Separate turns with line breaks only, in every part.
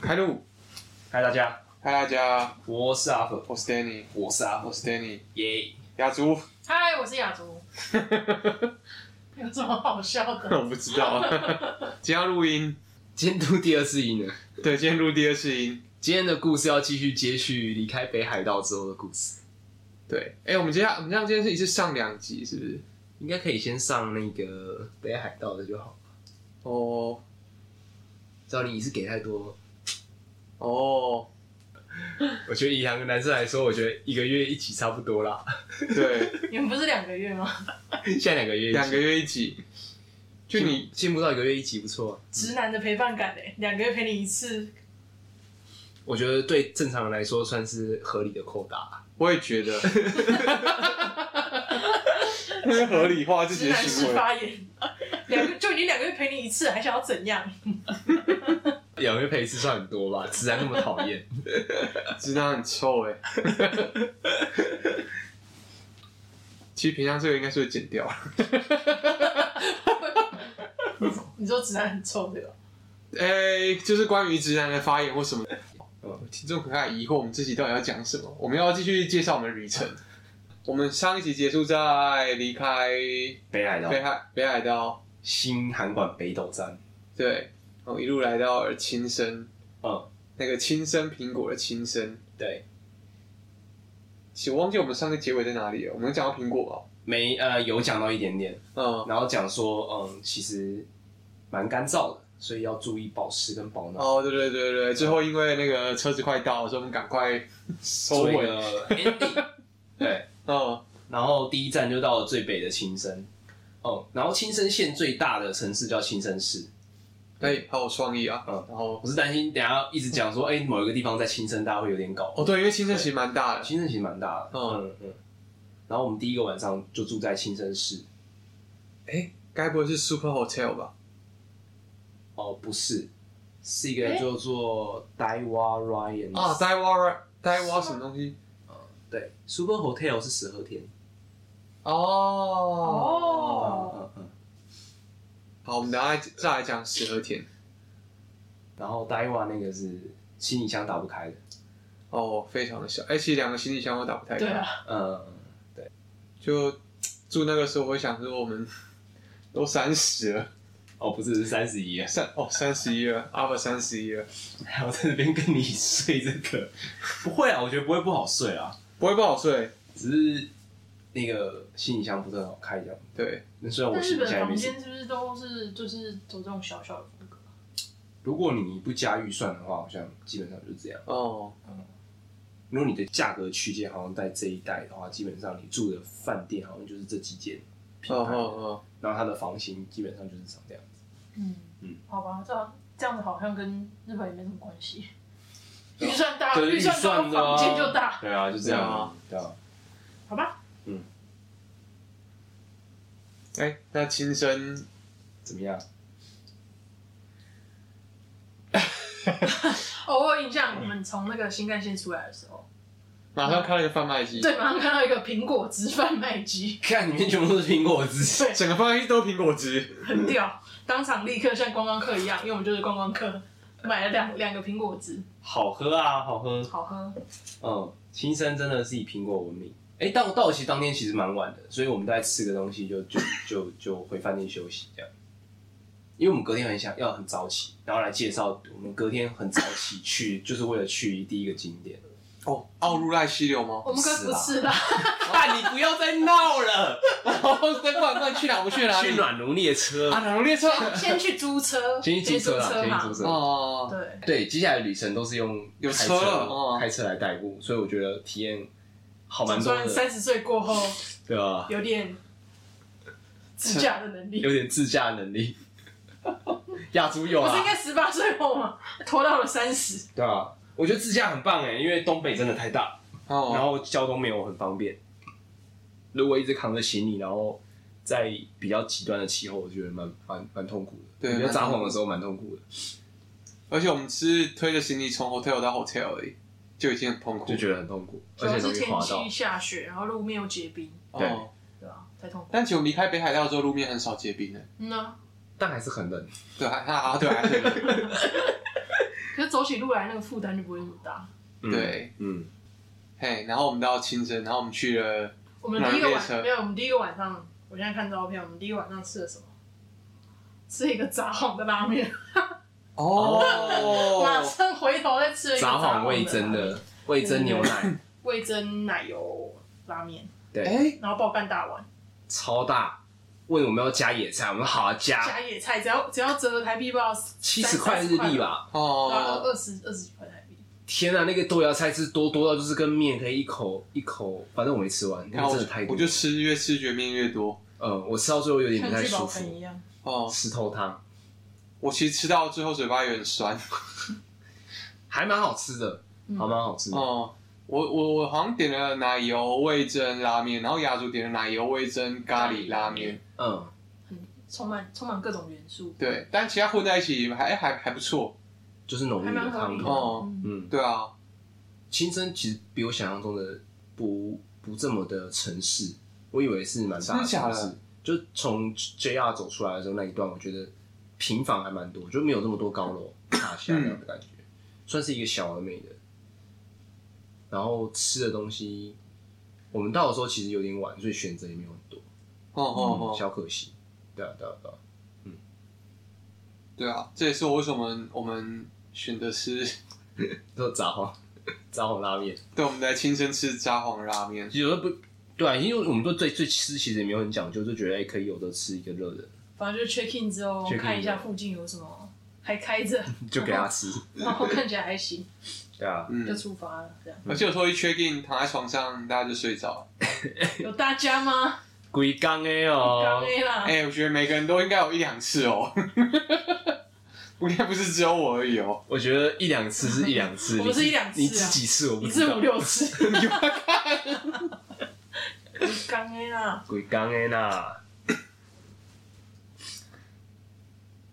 开路，
嗨大家，
嗨大家，
我是阿和，
我是 Danny，
我是阿和
我，是 Danny，
耶！
雅竹，
嗨，我是雅竹。有什么好笑的？
我不知道，今天要录音，
监督第二次音了。
对，今天录第二次音，
今天的故事要继续接续离开北海道之后的故事，
对，哎、我们接下我们这样今天是一次上两集，是不是？
应该可以先上那个北海道的就好。
哦
只要你一次给太多，
哦，
我觉得以两个男生来说，我觉得一个月一起差不多啦。
对，
你们不是两个月吗？
现在两个月一集，
两个月一集，就
进
你
进步到一个月一集不错啊、
直男的陪伴感嘞，两个月陪你一次，
我觉得对正常人来说算是合理的扣打。
我也觉 得，那是合理化自己
直
的
男
行
式
为，
发言。两个就已经两个月陪你一次，还想要怎样？
两个月陪一次算很多吧，自然那么讨 厌。
直男很臭 哎、其实平常这个应该是会剪掉，
你说直男很臭对吧？
哎、就是关于直男的发言或什么的。
哦
呃，听众可能还疑惑我们这集到底要讲什么？我们要继续介绍我们的旅程。我们上一集结束在离开
北海道
北海北海道，
新函馆北斗站，
对，然后一路来到了青森，
嗯，
那个青森苹果的青森。
对，
其实我忘记我们上个结尾在哪里了。我们讲到苹果
没呃有讲到一点点，
哦，
然后讲说，嗯，其实蛮干燥的，所以要注意保湿跟保
嗯，
暖。
哦，对对对对，最后因为那个车子快到了，所以我们赶快收
做一
尾。
个 ending，对，
嗯，
然后第一站就到了最北的青森，哦、然后青森县最大的城市叫青森市。
对，好有创意啊。
嗯
然后
我是担心等一下一直讲说，哎、某一个地方在青森，大家会有点搞。
哦，对，因为青森其实蛮大的，
青森其实蛮大的，
嗯
嗯嗯。然后我们第一个晚上就住在青森市，
该不会是 Super Hotel 吧？
哦，不是，是一个叫做 Daiwa Ryan
啊，呆蛙呆蛙什么东西？
对，Super Hotel 是十和田，
哦，
哦，
嗯嗯嗯。
好，我们等一下再来讲十二天。
然后 Daiwa 那个是行李箱打不开的，
哦，非常的小，哎、其实两个行李箱我打不太开，
对啊，
嗯，
就住那个时候，我会想说我们 都三十了，
哦，不是是三十一啊，
三哦三十一了，阿伯三十一了，
我在这边跟你睡这个， 不会啊，我觉得不会不好睡啊，
不会不好睡。
只是那个行李箱不是很好开这样。
对，
那虽然
但
我
日
行李
本
箱也
房
没事，
间是不是都是就是走这种小小的风格？
如果你不加预算的话，好像基本上就是这样。
哦，
如果你的价格区间好像在这一带的话，基本上你住的饭店好像就是这几间品
哦
牌，
哦
然后它的房型基本上就是长这样子。
嗯
嗯
好吧，这样这样子好像跟日本也没什么关系。预算大，
对
预算高，
的啊
房间就大，
对啊，就这样啊，对啊。
好吧？
哦，哎、那亲生
怎么样？
哦，我有印象，我们从那个新干线出来的时候，
马上开了一个贩卖机，
对，马上看到一个苹果汁贩卖机，
看里面全部都是苹果汁，
对，
整个贩卖机都是苹果汁，
很屌，当场立刻像观光客一样，因为我们就是观光客，买了两两个苹果汁，
好喝啊，好喝。
好喝。
嗯，青森真的是以苹果闻名。哎、到到期当天其实蛮晚的，所以我们大概吃个东西就就就就回饭店休息这样。因为我们隔天很想要很早起，然后来介绍我们隔天很早起去，就是为了去第一个景点。
哦，奥入濑溪流吗？
我们可不是啦，
啊，你不要再闹了！
哦，在管管去哪？我们去哪里？
去暖炉列车
啊，哪路列车？
先去租车，
先去租车啦，先去租
嘛。
车。
哦，
对，
对，接下来的旅程都是用
有
开
车了哦
开车来代步，所以我觉得体验好蛮
虽
多
然
的，
三十岁过后
对吧？
有点自驾的能力
有，点自驾能力。 亚足有
不是
啊
应，该十八岁后吗？拖到了三十，
对啊，我觉得自驾很棒哎，因为东北真的太大，然
哦，
后交通没有很方便。如果一直扛着行李，然后在比较极端的气候，我觉得蛮蛮蛮痛苦的。
对
比较札幌的时候蛮痛苦的，
而且我们是推着行李从 hotel 到 hotel 而已，就已经很痛苦
就，觉得很痛苦，
主
而
要
且
是
容易
天
滑到
气。下雪，然后路面又结冰，
对
哦。
对吧？太痛苦。
但其实我们离开北海道之后，路面很少结冰的。
嗯呢，
但还是很冷。
对，还还啊，对，还对，
可可是走起路来那个负担就不会那么大。
嗯
对，
嗯，
嘿，然后我们到清真，然后我们去了，
我们第一
哪
个
列车
晚没有，我们第一个晚上，我现在看照片，我们第一个晚上吃了什么？ 吃一个杂幌的拉面，
哦
马上回头再吃了一个
杂
杂
谎味
的拉
增
面
的味增牛奶，
味增奶油拉面，
对，
哎，
然后爆干大碗，
超大。问我们要加野菜，我们说好啊加
加野菜，只要只要折合台币不知道
七十块日币，吧。
哦，
啊二十二十几块台币，
天啊，那个豆芽菜是多多到就是跟面可以一口一口，反正我没吃完，
然
那个
后
真的太多。
我就吃越吃越面越多，
呃，我吃到最后有点不
像
太
聚
舒
宝盆一
服，
样。
哦，
石头汤
我其实吃到最后嘴巴有点酸，
还蛮好吃的，
嗯
还蛮好吃的。
哦。我我我好像点了奶油味增拉面，然后雅竹点了奶油味增咖喱拉面，
嗯，
很充满充满各种元素，
对，但其他混在一起还还还不错，
就是浓郁
还
的
蛮合
汤
理的。
头。
哦
嗯
嗯，
对啊，
清蒸其实比我想象中的不不这么的城市，我以为是蛮大
真
城
的假
市
的。
就从 JR 走出来的时候那一段，我觉得平房还蛮多，就没有这么多高楼 大厦那样的感觉，算是一个小而美的。然后吃的东西，我们到的时候其实有点晚，所以选择也没有很多，
哦哦哦，
嗯小可惜。对啊，对啊，对啊。
对啊，这也是我为什么我们选择吃，
都杂 黄杂黄拉面，
对，我们在亲身吃札幌拉面，
有时候不对啊，因为我们都对对吃其实也没有很讲究，就觉得哎、可以有的吃一个热的，
反正就 check in 之后
check in
看一下附近有什么还 开着，
就给他吃。
然后看起来还行，
对啊，
嗯
就，出发了。这样
而且有时候一 check in 躺在床上，大家就睡着了。
有大家吗？
鬼刚哎
刚
哦，
A 啦，
哎、我觉得每个人都应该有一两次哦， 我应该不是只有我而已哦。
我觉得一两次是一两 次，
我们是一两次啊
你吃几次我不
一
知
次
道
五。六次。刚 A 啦，
鬼刚哎呐，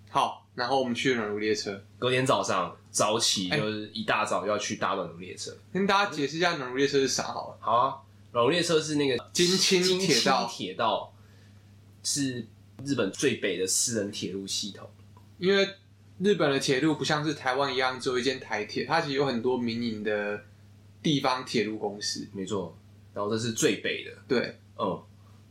好，然后我们去暖炉列车，
隔天早上早起就是一大早要去搭暖炉列车。
跟大家解释一下暖炉列车是啥好了。
好啊，暖炉列车是那个
京青
京
铁道
铁道是日本最北的私人铁路系统。
因为日本的铁路不像是台湾一样只有一间台铁，它其实有很多民营的地方铁路公司。
没错，然后这是最北的，
对，
嗯，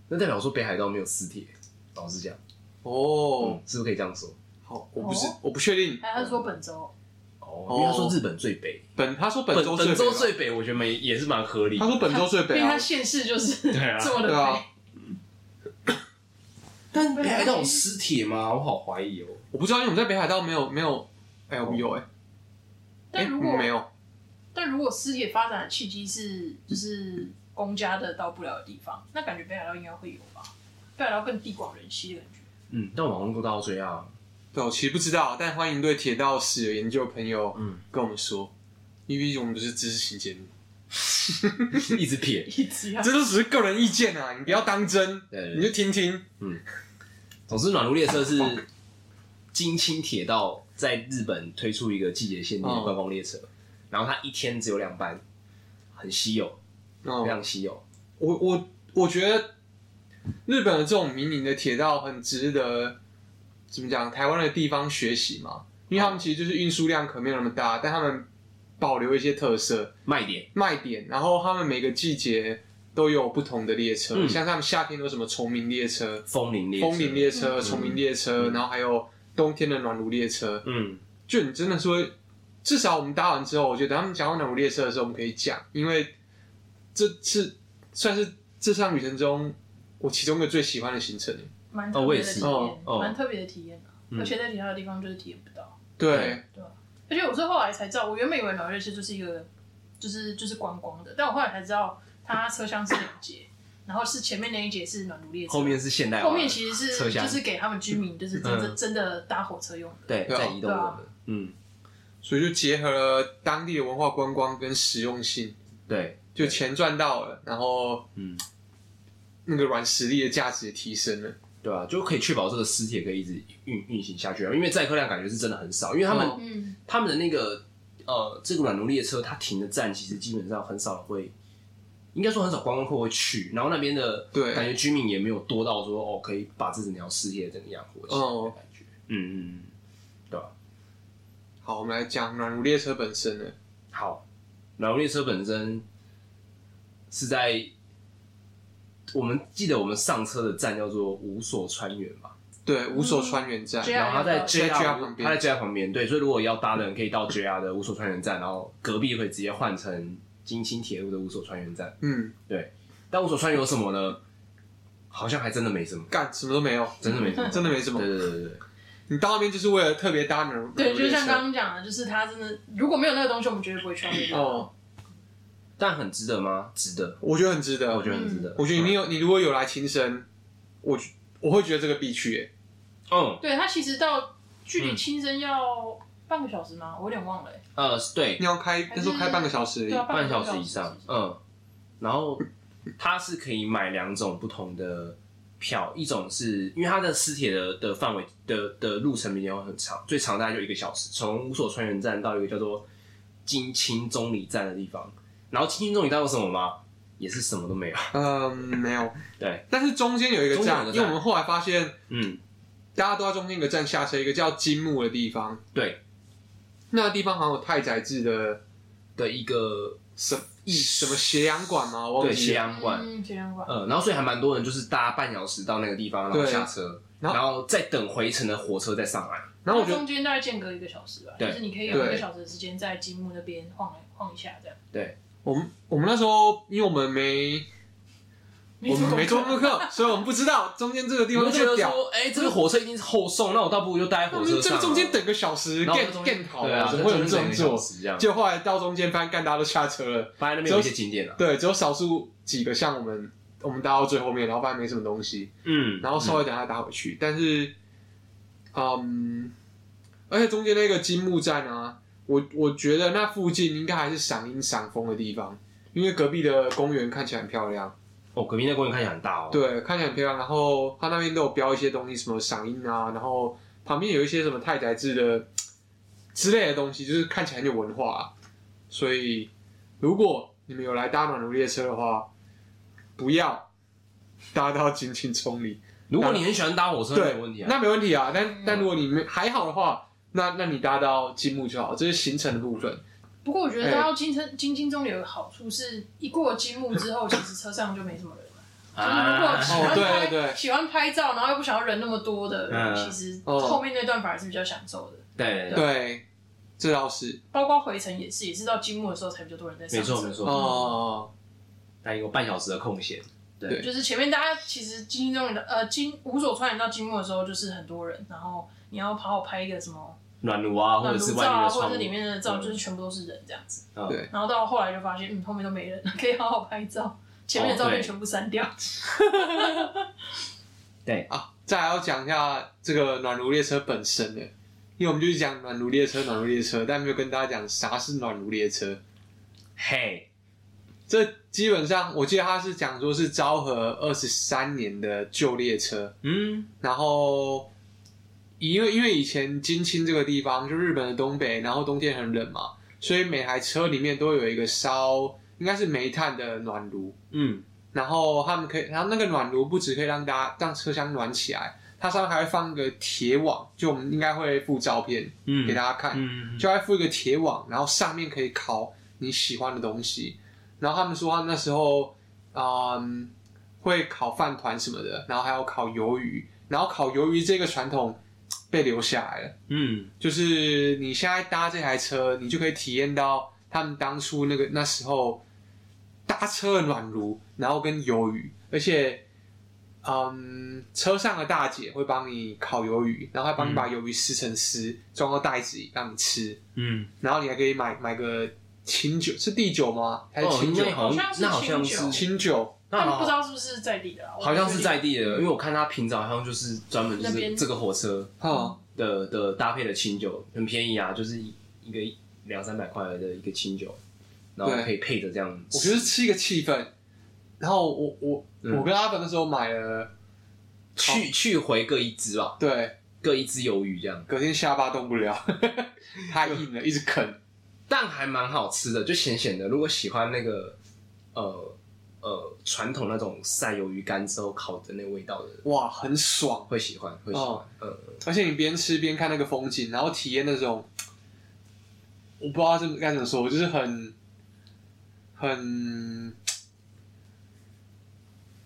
那代表说北海道没有私铁，老实讲，
哦
嗯，，是不是可以这样说？
好，我不是，
哦
我不确定。
还是说本周
哦，因为他说日本最北，
本他说
本
周
本
最
州
北吧
最北，我觉得没也是蛮合理
他。说本周最北
因为
啊
它，县市就是
对啊
这么的啊
对啊
美，。
但北海道有私铁吗？我好怀疑哦。
我不知道，因为我们在北海道没有没有，
哦
哎、我们有哎、哎、
但如果
没有，
但如果私铁发展的契机是就是公家的到不了的地方，那感觉北海道应该会有吧？北海道更地广人稀的感觉。
嗯，但网络都到追啊，
对，我其实不知道，但欢迎对铁道史有研究的朋友，
嗯，
跟我们说，因为我们不是知识型节目，
一直啊撇。
一直要
这都只是个人意见啊，你不要当真，
对对对
你就听听。
总之，暖炉列车是京青铁道在日本推出一个季节限定的观光列车，然后它一天只有两班，很稀有，
哦
非，常稀有。
我我我觉得日本的这种民营的铁道很值得，怎么讲？台湾的地方学习嘛，因为他们其实就是运输量可能没有那么大，但他们保留一些特色
卖点，
卖点，然后他们每个季节都有不同的列车，
嗯
像他们夏天有什么崇明列车、
风铃列车，嗯
风铃列车、崇明列车，然后还有冬天的暖炉列车，
嗯，
就你真的说，至少我们搭完之后，我觉得他们讲到暖炉列车的时候，我们可以讲，因为这是算是这趟旅程中我其中一个最喜欢的行程。
蛮
哦
特
我
别
也
的
是
体验，
哦哦
蛮特别的体验啊。
嗯
而且在其他的地方就是体验不到。
对，
而且我是后来才知道，我原本以为暖热车就是一个，就是就是观光的，但我后来才知道，它车厢是两节，然后是前面那一节是暖炉列车，
后面是现代化的，
后面其实
车
是
厢
就是给他们居民，就是真的
嗯
真的搭火车用的。
对
对啊
在移动
对
我
啊
们，嗯，
所以就结合了当地的文化观光跟实用性，
对，
就
对
钱赚到了，然后
嗯，
那个软实力的价值也提升了。
对啊，就可以确保这个私铁可以一直运运行下去啊，因为载客量感觉是真的很少，因为他们、
哦
嗯，
他们的那个呃，这个软奴列车它停的站其实基本上很少人会，应该说很少观光客会去，然后那边的
对
感觉居民也没有多到说哦，可以把这整条事业整个养活起来的
哦
感觉，嗯嗯嗯，对吧、
好，我们来讲暖炉列车本身呢，
好，然后列车本身是在我们记得我们上车的站叫做五所川原吧，
对，五所川原站，
JR
然后它在
要到
JR
JR
旁边
它在 JR 旁边，对，所以如果要搭的人可以到 JR 的五所川原站，然后隔壁可以直接换成京清铁路的五所川原站。
嗯，
但五所川原有什么呢？好像还真的没什么，
干什么都没有，
真的没什么，
真的没什
对
么。
对对对对，
你到那边就是为了特别搭暖炉，暖
对，
炉
就
列
像
车
刚刚讲的，就是他真的如果没有那个东西，我们绝对不会去那边。
嗯
哦，
但很值得吗？值得，啊
我觉得很值得，
我觉得很值得。
我觉得你有你如果有来青森，我我会觉得这个必去耶，
嗯
对他其实到距离亲身要半个小时吗？我有点忘了、欸。
呃对，
你要开那时候开半个小时而已
对啊，
半
个
小时以上，嗯，然后它是可以买两种不同的票，一种是因为它的私铁的的范围的的路程比较很长，最长大概就一个小时，从五所川原站到一个叫做金青中里站的地方，然后金青中里站有什么吗？也是什么都没有，
嗯，没有，
对，
但是中间有一个
中间有一
站，
个站
因为我们后来发现
嗯，
大家都在中间一个站下车，一个叫金木的地方，
对
那个地方好像有太宰治的
的一个
什一什么斜阳馆吗？我忘
对
记
斜
了。
阳馆，
嗯，阳馆。
呃，然后所以还蛮多人就是搭半小时到那个地方，然后
对
下车，
然后
然后再等回程的火车再上来，
然后我觉得
中间大概间隔一个小时吧，
对
就是你可以有一个
对
小时的时间在金木那边晃来晃一下，这样。
我们我们那时候，因为我们没我们没做
做
功课， 所以我们不知道中间这个地
你
方
会觉
最
得
屌。
说，哎、这个火车一定是后送，那我倒不如就待在
我
火
们
车
这
上、
个
啊。
中间等个小时
然后
更
中间
更好
对啊，
怎么会有人这
种
种做？
这样？
就后来到中间，发现干大家都下车了。
发现那边有一些景点了、啊
对，只有少数几个像我们，我们搭到最后面，然后发现没什么东西，
嗯
然后稍微等一下搭回去。但是，嗯，而且中间那个金木站啊，我我觉得那附近应该还是赏樱赏枫的地方，因为隔壁的公园看起来很漂亮。
哦，隔壁那公园看起来很大哦。，
对，看起来很漂亮。然后它那边都有标一些东西，什么赏樱啊，然后旁边有一些什么太宰治的之类的东西，就是看起来很有文化、啊。所以，如果你们有来搭暖炉列车的话，不要搭到金青冲 里，
如果你很喜欢搭火车，没
对
有问题，啊。
那没问题啊。但但如果你们还好的话，那那你搭到金木就好，这是行程的部分。
不过我
哎
觉得搭到金城金青中有个好处是，一过金木之后，其实车上就没什么人了。就是如果
啊
喜欢
哦
拍、
对对对
喜欢拍照，然后又不想要人那么多的，
嗯
其实
哦
后面那段反而是比较享受的。
对对，
对，这倒是
包括回程也是，也是到金木的时候才比较多人在上
没
车。
错没错。
哦，
大概有半小时的空闲，
对
就是前面大家其实金钟的呃金无所川原到金木的时候，就是很多人，然后你要好好拍一个什么
暖炉啊，或
暖
者
炉
是
照
外面
啊，
的
或
窗
者
户
是里面的照，
嗯
就是全部都是人这样子。
嗯
对
然后到后来就发现，嗯，后面都没人，可以好好拍照，前面的照
哦
片
对
全部删掉。
啊，再来要讲一下这个暖炉列车本身的，因为我们就是讲暖炉列车，暖炉列车，但没有跟大家讲啥是暖炉列车。
嘿，
这基本上我记得他是讲说是昭和二十三年的旧列车，
嗯，
然后因为因为以前金青这个地方就日本的东北，然后冬天很冷嘛，所以每台车里面都有一个烧应该是煤炭的暖炉，
嗯，
然后他们可以，然后那个暖炉不只可以让大家让车厢暖起来，它上面还会放一个铁网，就我们应该会附照片
嗯，
给大家看，
嗯，嗯，
就还附一个铁网，然后上面可以烤你喜欢的东西。然后他们说他们那时候，嗯，会烤饭团什么的，然后还有烤鱿鱼，然后烤鱿鱼这个传统被留下来了。
嗯，
就是你现在搭这台车，你就可以体验到他们当初那个那时候搭车的暖炉，然后跟鱿鱼，而且，嗯，车上的大姐会帮你烤鱿鱼，然后还帮你把鱿鱼撕成丝，装到袋子里让你吃，
嗯，
然后你还可以买买个清酒，是地酒吗？还是
哦，
嗯清酒？
那好像那好像
好像
是，
清酒，
那
但
好
不知道是不是在地的啊啦，我
好像
不
是
确定
在地的，因为我看他平常好像就是专门就
那
是
边
这个火车，
哦，
的的搭配的清酒很便宜啊，就是一一个两三百块的一个清酒，然后
对
可以配着这样吃。
我觉得是吃一个气氛。然后我我、
嗯
我跟阿本那时候买了，
去去回各一只吧，
对，
各一只鱿鱼这样，
隔天下巴动不了，太硬了，一直啃。
但还蛮好吃的，就咸咸的。如果喜欢那个呃呃传统那种晒鱿鱼干之后烤的那个味道的，
哇，很爽！
会喜欢会喜欢。
哦
呃，
而且你边吃边看那个风景，然后体验那种我不知道这个该怎么说，我就是很很，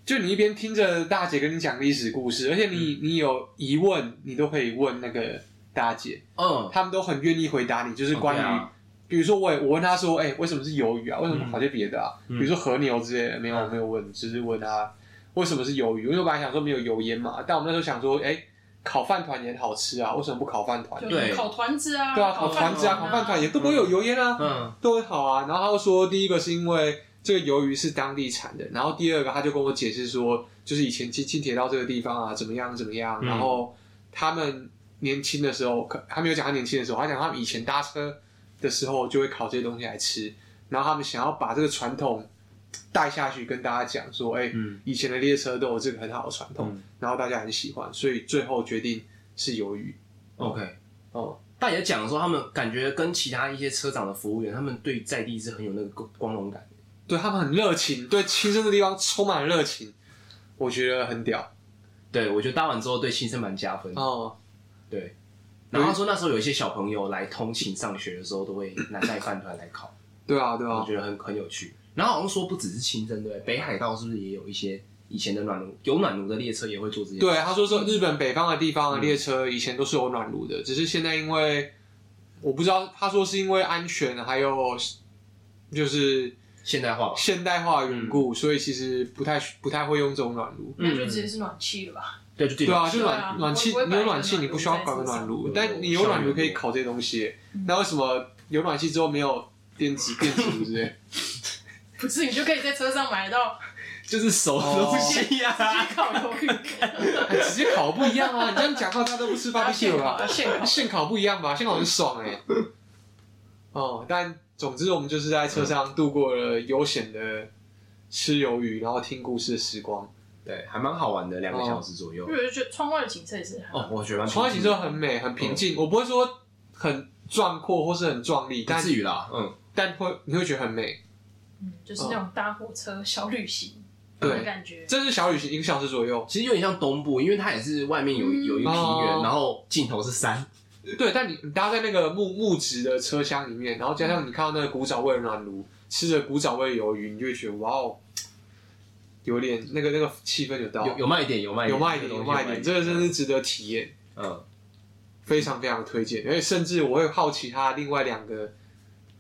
就你一边听着大姐跟你讲历史故事，而且你你有疑问，你都可以问那个大姐，
嗯，
他们都很愿意回答你，就是
哦
关于、
对啊
比如说我也我问他说，哎、为什么是鱿鱼啊？为什么不跑些别的啊？
嗯
比如说和牛之类的，没有、没有问，只是问他为什么是鱿鱼。因为我本来想说没有油烟嘛，但我们那时候想说，哎、烤饭团也好吃啊，为什么不烤饭团？
就
对
烤团子啊，
对啊，烤
饭
团子啊，烤饭团也都不会有油烟啊，
嗯，
都很好啊。然后他又说，第一个是因为这个鱿鱼是当地产的，然后第二个他就跟我解释说，就是以前金青铁道这个地方啊，怎么样怎么样，
嗯
然后他们年轻的时候，可他没有讲他年轻的时候，他讲他们以前搭车的时候就会烤这些东西来吃，然后他们想要把这个传统带下去，跟大家讲说，哎、
嗯
以前的列车都有这个很好的传统，
嗯
然后大家很喜欢，所以最后决定是鱿鱼
OK。
哦。
大爷讲的时候，他们感觉跟其他一些车长的服务员，他们对在地是很有那个光光荣感。
对他们很热情，对亲生的地方充满了热情，我觉得很屌
对，我觉得搭完之后对新生蛮加
嗯
分。
哦。
对，然后他说那时候有一些小朋友来通勤上学的时候，都会拿带饭团来烤，
对啊，对
我
啊，
觉得很很有趣。然后好像说不只是清蒸，对不对，北海道是不是也有一些以前的暖炉，有暖炉的列车也会做这些？，
对他说说日本北方的地方的列车以前都是有暖炉的，只是现在因为我不知道，他说是因为安全还有就是
现代化吧。
现代化的缘
嗯
故，所以其实不太不太会用这种暖炉。
那
嗯
就直接是暖气了吧？
对，就地
对啊，
暖
就
对啊
暖暖气，
我也不会
你有暖
摆一
气，
个
你不需要搞个暖炉，但你有暖炉可以烤这些东西。
嗯
那为什么有暖气之后没有电子电磁炉之类？
不是，你就可以在车上买到
就是熟的东西啊呀、
哦
自己烤 鱿鱼，
哎直接烤不一样啊！你这样讲话，大家都不吃 barbecue
现
了
烤，
吧
要？现烤。
现烤不一样吧？现烤很爽哎、哦，但总之我们就是在车上度过了悠闲的吃鱿鱼，然后听故事的时光。
对，还蛮好玩的，两个小时左右
哦
因。为我就觉得窗外的景色也是很
哦，我觉得蛮
窗外景色很美，很平静。我不会说很壮阔或是很壮丽，
不
但
至于啦，嗯，
但会你会觉得很美。
嗯，就是那种
哦
搭火车小旅行的
对，
感觉。
这是小旅行一个小时左右。
其实有点像东部，因为它也是外面有
嗯
有一个平
哦
原，然后尽头是山，
对，但你你搭在那个木木质的车厢里面，然后加上你看到那个古早味的暖炉，吃着古早味的鱿鱼，你就会觉得哇哦，有点那个那个气氛有到，
有有卖点，有卖
有
点，
卖点，有卖点，这个真
是
是值得体验，
嗯，
非常非常推荐。而且甚至我会好奇它另外两个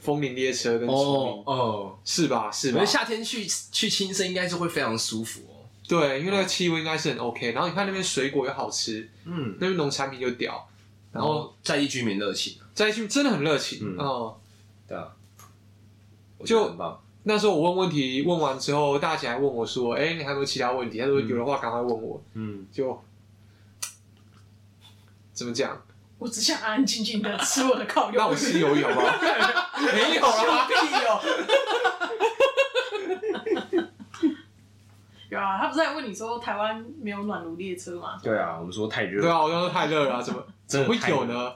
风铃列车跟丛
哦
林，
哦，
是吧？是
我
吧
觉得？夏天去去青森应该是会非常舒服哦，
对，因为那个气温应该是很 OK。然后你看那边水果又好吃，
嗯，
那边农产品又屌，然
然
后
后在地居民热情，
在一起真的很热情
哦嗯
哦。
对啊，我
就
觉得很棒，
那时候我问问题，问完之后，大姐还问我说：“哎，你还有没有其他问题？”她说：“有的话赶快问我。
嗯，”
就怎么讲？
我只想安安静静的吃我的烤鱿鱼。
那我吃鱿鱼好不好？没有啦，
啊
有啊，他不是还问你说台湾没有暖炉列车吗？
对啊，我们说太热
对，啊，我刚说太热了啊，怎么怎
真
么
的
会
太
有
热
呢？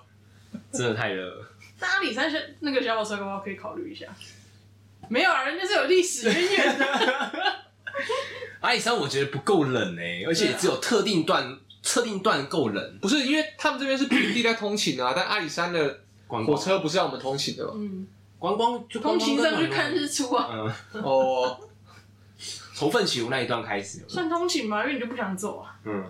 真的太热了，
那阿里山小那个小火车，我可以考虑一下。没有啊，人家是有历史渊源的。
阿里山我觉得不够冷哎，而且只有特定段特定段够冷，
不是，因为他们这边是平地在通勤啊，但阿里山的
观
火
光
车不是让我们通勤的嘛。
嗯，
观光就
通勤上去
去
看日出啊，
嗯，
哦，
从奋起湖那一段开始，有没有
算通勤嘛，因为你就不想走啊。
嗯，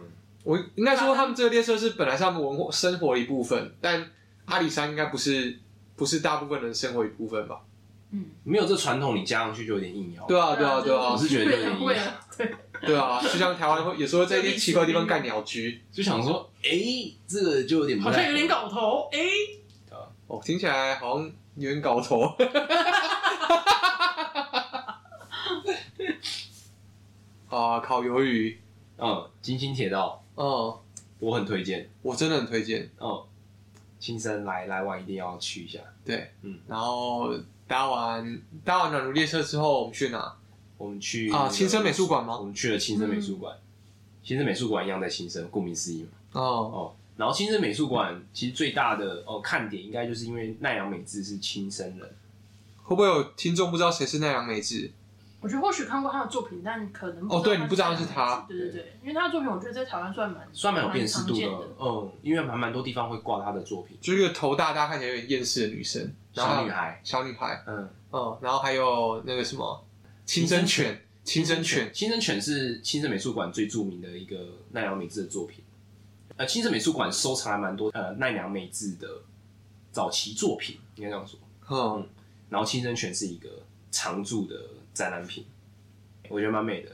我应该说他们这个列车是本来是他们文化生活的一部分，但阿里山应该不是不是大部分人生活一部分吧？
嗯，
没有这传统，你加上去就有点硬要。
对啊，对啊，对
我
啊，
是觉得有点
很
硬
贵
要，
啊。对，
对啊，就像台湾会有时候在一些奇怪的地方盖鸟居，
就想说，哎，这个就有点不
好
太
像有点搞头。哎，
哦，听起来好像有点搞头。 啊，烤鱿鱼，
嗯，金星铁道
哦，
我很推荐，
我真的很推荐。
嗯，新生来来玩一定要去一下。
对，
嗯
然后搭完搭完暖炉列车之后，我们去哪？
我们去
啊青森美术馆吗
我们去了青森美术馆，青森美术馆一样在青森，顾名思义嘛。
哦，
哦，然后青森美术馆其实最大的哦看点，应该就是因为奈良美智是青森人，
会不会有听众不知道谁是奈良美智？
我我觉得或许看过他的作品，但可能
哦对你不知道
是
是他
对对对，因为他的作品我觉得在台湾算蛮
算蛮有辨识度
蛮常见
的，嗯，因为蛮蛮多地方会挂他的作品，
就是一个头大大、看起来有点厌世的女生，然后还有
小女孩，
小女孩，
嗯，
嗯，然后还有那个什么青生犬，青生犬，
青生犬是青生美术馆最著名的一个奈良美智的作品。呃，青生美术馆收藏了蛮多呃奈良美智的早期作品，应该这样说。
嗯，
然后青生犬是一个常驻的展览品，我觉得蛮美的，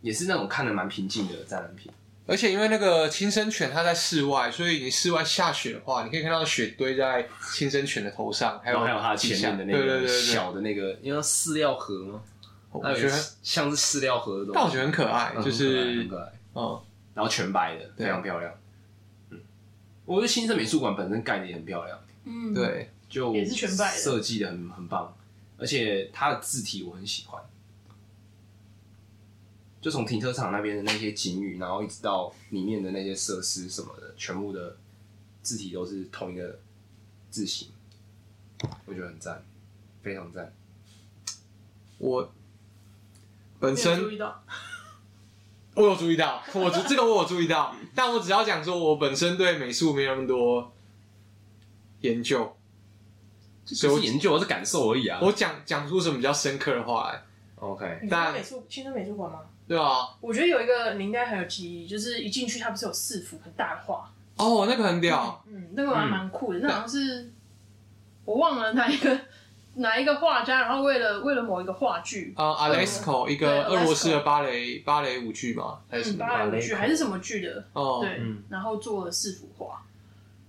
也是那种看的蛮平静的展览品。
而且因为那个青生犬它在室外，所以你室外下雪的话，你可以看到雪堆在青生犬的头上，还
然
有
后哦还有它的
底
前
下
面的那
对对对
个
对对，
小的那个，因为饲料盒吗？它
我
有
觉
一
得
个，像是饲料盒的东西，
但我觉得很可爱，就
嗯很
是
可爱很可爱。
嗯，
然后全白的，
对
非常漂亮。嗯，我觉得新生美术馆本身盖的也很漂亮，
嗯，
对，
就
也是全白的
设计的很很棒，而且它的字体我很喜欢。就从停车场那边的那些景语，然后一直到里面的那些设施什么的，全部的字体都是同一个字形，我觉得很赞，非常赞。
我本
没有
身
注意到，
我有注意到，我这这个我有注意到，但我只要讲说，我本身对美术没有那么多研究，所以
不
我
是研究，我是感受而已啊。
我讲讲出什么比较深刻的话来，
OK，
你
但
看美术青春美术馆吗？
对啊，
我觉得有一个你应该很有记忆，就是一进去它不是有四幅很大的画，
哦，那个很屌，
嗯，那个还蛮酷的，那好像是我忘了哪一个哪一个画家，然后为了为了某一个话剧，
啊
嗯
a l e s k o 一
对
个俄罗斯的芭蕾芭蕾舞剧嘛，还是什
嗯，
么？
芭蕾舞剧
芭蕾
还是什么剧的，
哦，
对
嗯，
然后做了四幅画，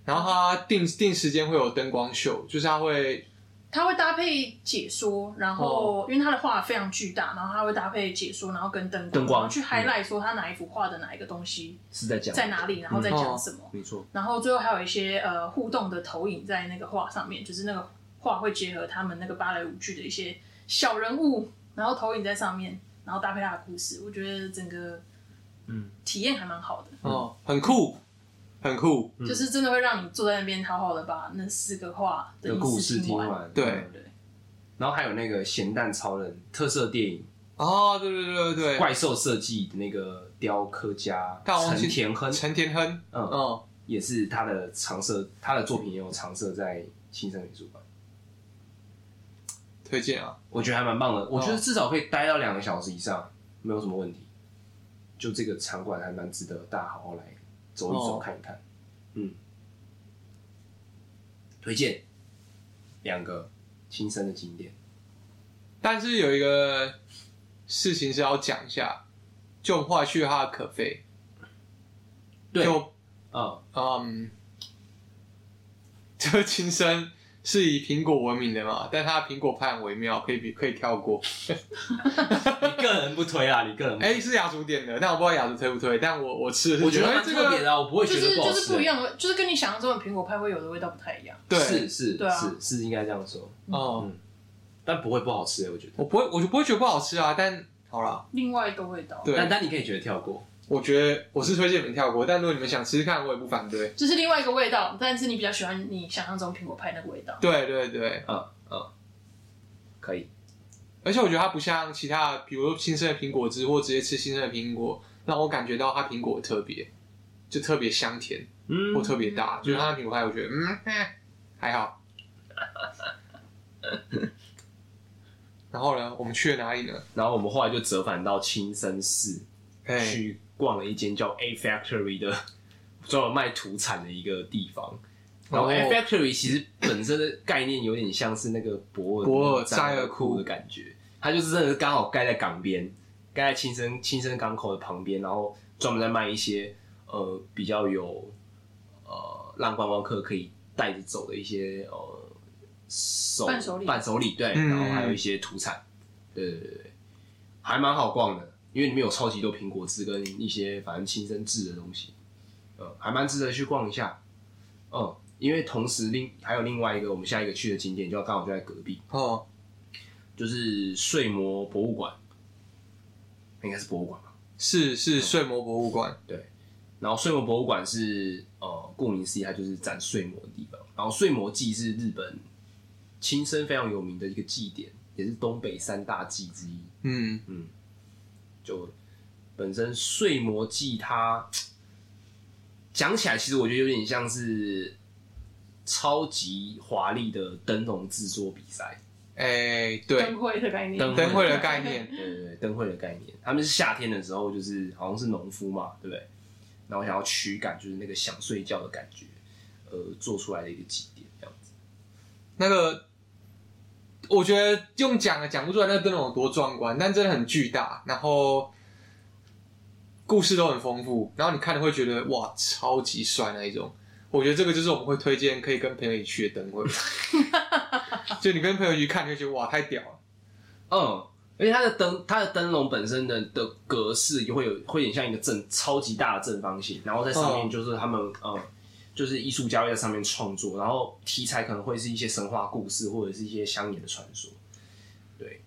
然后它定定时间会有灯光秀，就是它会
他会搭配解说，然后、因为他的画非常巨大，然后他会搭配解说，然后跟灯光，
灯光
然后去 highlight 说他哪一幅画的哪一个东西
是在讲嗯
在哪里，然后再讲什么，
没错，
然后最后还有一些呃互动的投影在那个画上面，就是那个画会结合他们那个芭蕾舞剧的一些小人物，然后投影在上面，然后搭配他的故事，我觉得整个
嗯
体验还蛮好的，
哦很酷，很酷，
嗯
就是真的会让你坐在那边好好的把那四个画的
的故事
听
听完，
对
嗯
对。
然后还有那个咸蛋超人特色电影
哦，对对对对对，
怪兽设计的那个雕刻家
但我忘
陈
记
田亨，
陈田亨，
嗯，
嗯，
也是他的常设，他的作品也有常设在新生美术馆，
推荐啊，
我觉得还蛮棒的。我觉得至少可以待到两个小时以上，没有什么问题。就这个场馆还蛮值得大家好好来走一走
哦
看一看，嗯，推荐两个新生的景点，
但是有一个事情是要讲一下，就我们后来去哈尔可菲，
对，
就
嗯，
嗯， 这琴声是以苹果闻名的嘛，但它的苹果派很微妙，可以比可以跳过。
你个人不推啊，你个人不推
哎、是雅竹点的，但我不知道雅竹推不推，但我我吃的是
我觉得
哎
蛮
这
特别
个
的啊，我不会
就
觉
是
得
就
好
是
吃。
不一样的，就是跟你想象中的苹果派会有的味道不太一样。
对，
是是
对啊
是是应该这样说，
哦、
嗯但不会不好吃欸我觉得。
我不会，我就不会觉得不好吃啊，但好啦，
另外一个味道，
对，
但但你可以觉得跳过，
我觉得我是推荐你们跳过，但如果你们想吃吃看，我也不反对。
就是另外一个味道，但是你比较喜欢你想象中苹果派那个味道。
对对对，
嗯嗯，可以。
而且我觉得它不像其他的，比如说新生的苹果汁或直接吃新生的苹果，让我感觉到它苹果的特别，就特别香甜
嗯
或特别大，就是它的苹果派，我觉得嗯嘿还好。然后呢，我们去了哪里呢？
然后我们后来就折返到青森市
哎，
去逛了一间叫 A Factory 的 专门卖土产的一个地方。
哦
然后 A Factory 其实本身的概念有点像是那个博尔
博尔
扎
扎
尔
尔
库
库
的感觉，它就是真的是刚好盖在港边，盖在青森青森港口的旁边，然后专门在卖一些呃比较有呃让观光客可以带着走的一些呃手
伴手礼
伴手礼对，
嗯
然后还有一些土产，对对对对对，还蛮好逛的，因为里面有超级多苹果汁跟一些反正青森制的东西，呃，还蛮值得去逛一下。嗯，因为同时另还有另外一个我们下一个去的景点，就刚好就在隔壁，
哦，
就是睡魔博物馆，应该是博物馆吧？
是是睡魔博物馆，
对。然后睡魔博物馆是呃，顾名思义，它就是展睡魔的地方。然后睡魔祭是日本青森非常有名的一个祭典，也是东北三大祭之一。
嗯，
就本身睡魔祭它讲起来，其实我觉得有点像是超级华丽的灯笼制作比赛，
哎、对，
灯会的概念，
灯
灯会的概念，
对对对，灯会的概念。他们是夏天的时候，就是好像是农夫嘛，对不对？然后想要驱赶，就是那个想睡觉的感觉，呃，做出来的一个祭典这样子。
那个我觉得用讲的讲不出来那个灯笼有多壮观，但真的很巨大，然后故事都很丰富，然后你看了会觉得哇，超级帅那一种。我觉得这个就是我们会推荐可以跟朋友一起去的灯会，就你跟朋友一起看，你就觉得哇，太屌了。
嗯，而且它的灯，它的灯笼本身的的格式就会有，会很像一个正超级大的正方形，然后在上面
嗯
就是他们，嗯，就是艺术家会在上面创作，然后题材可能会是一些神话故事或者是一些乡野的传说，对，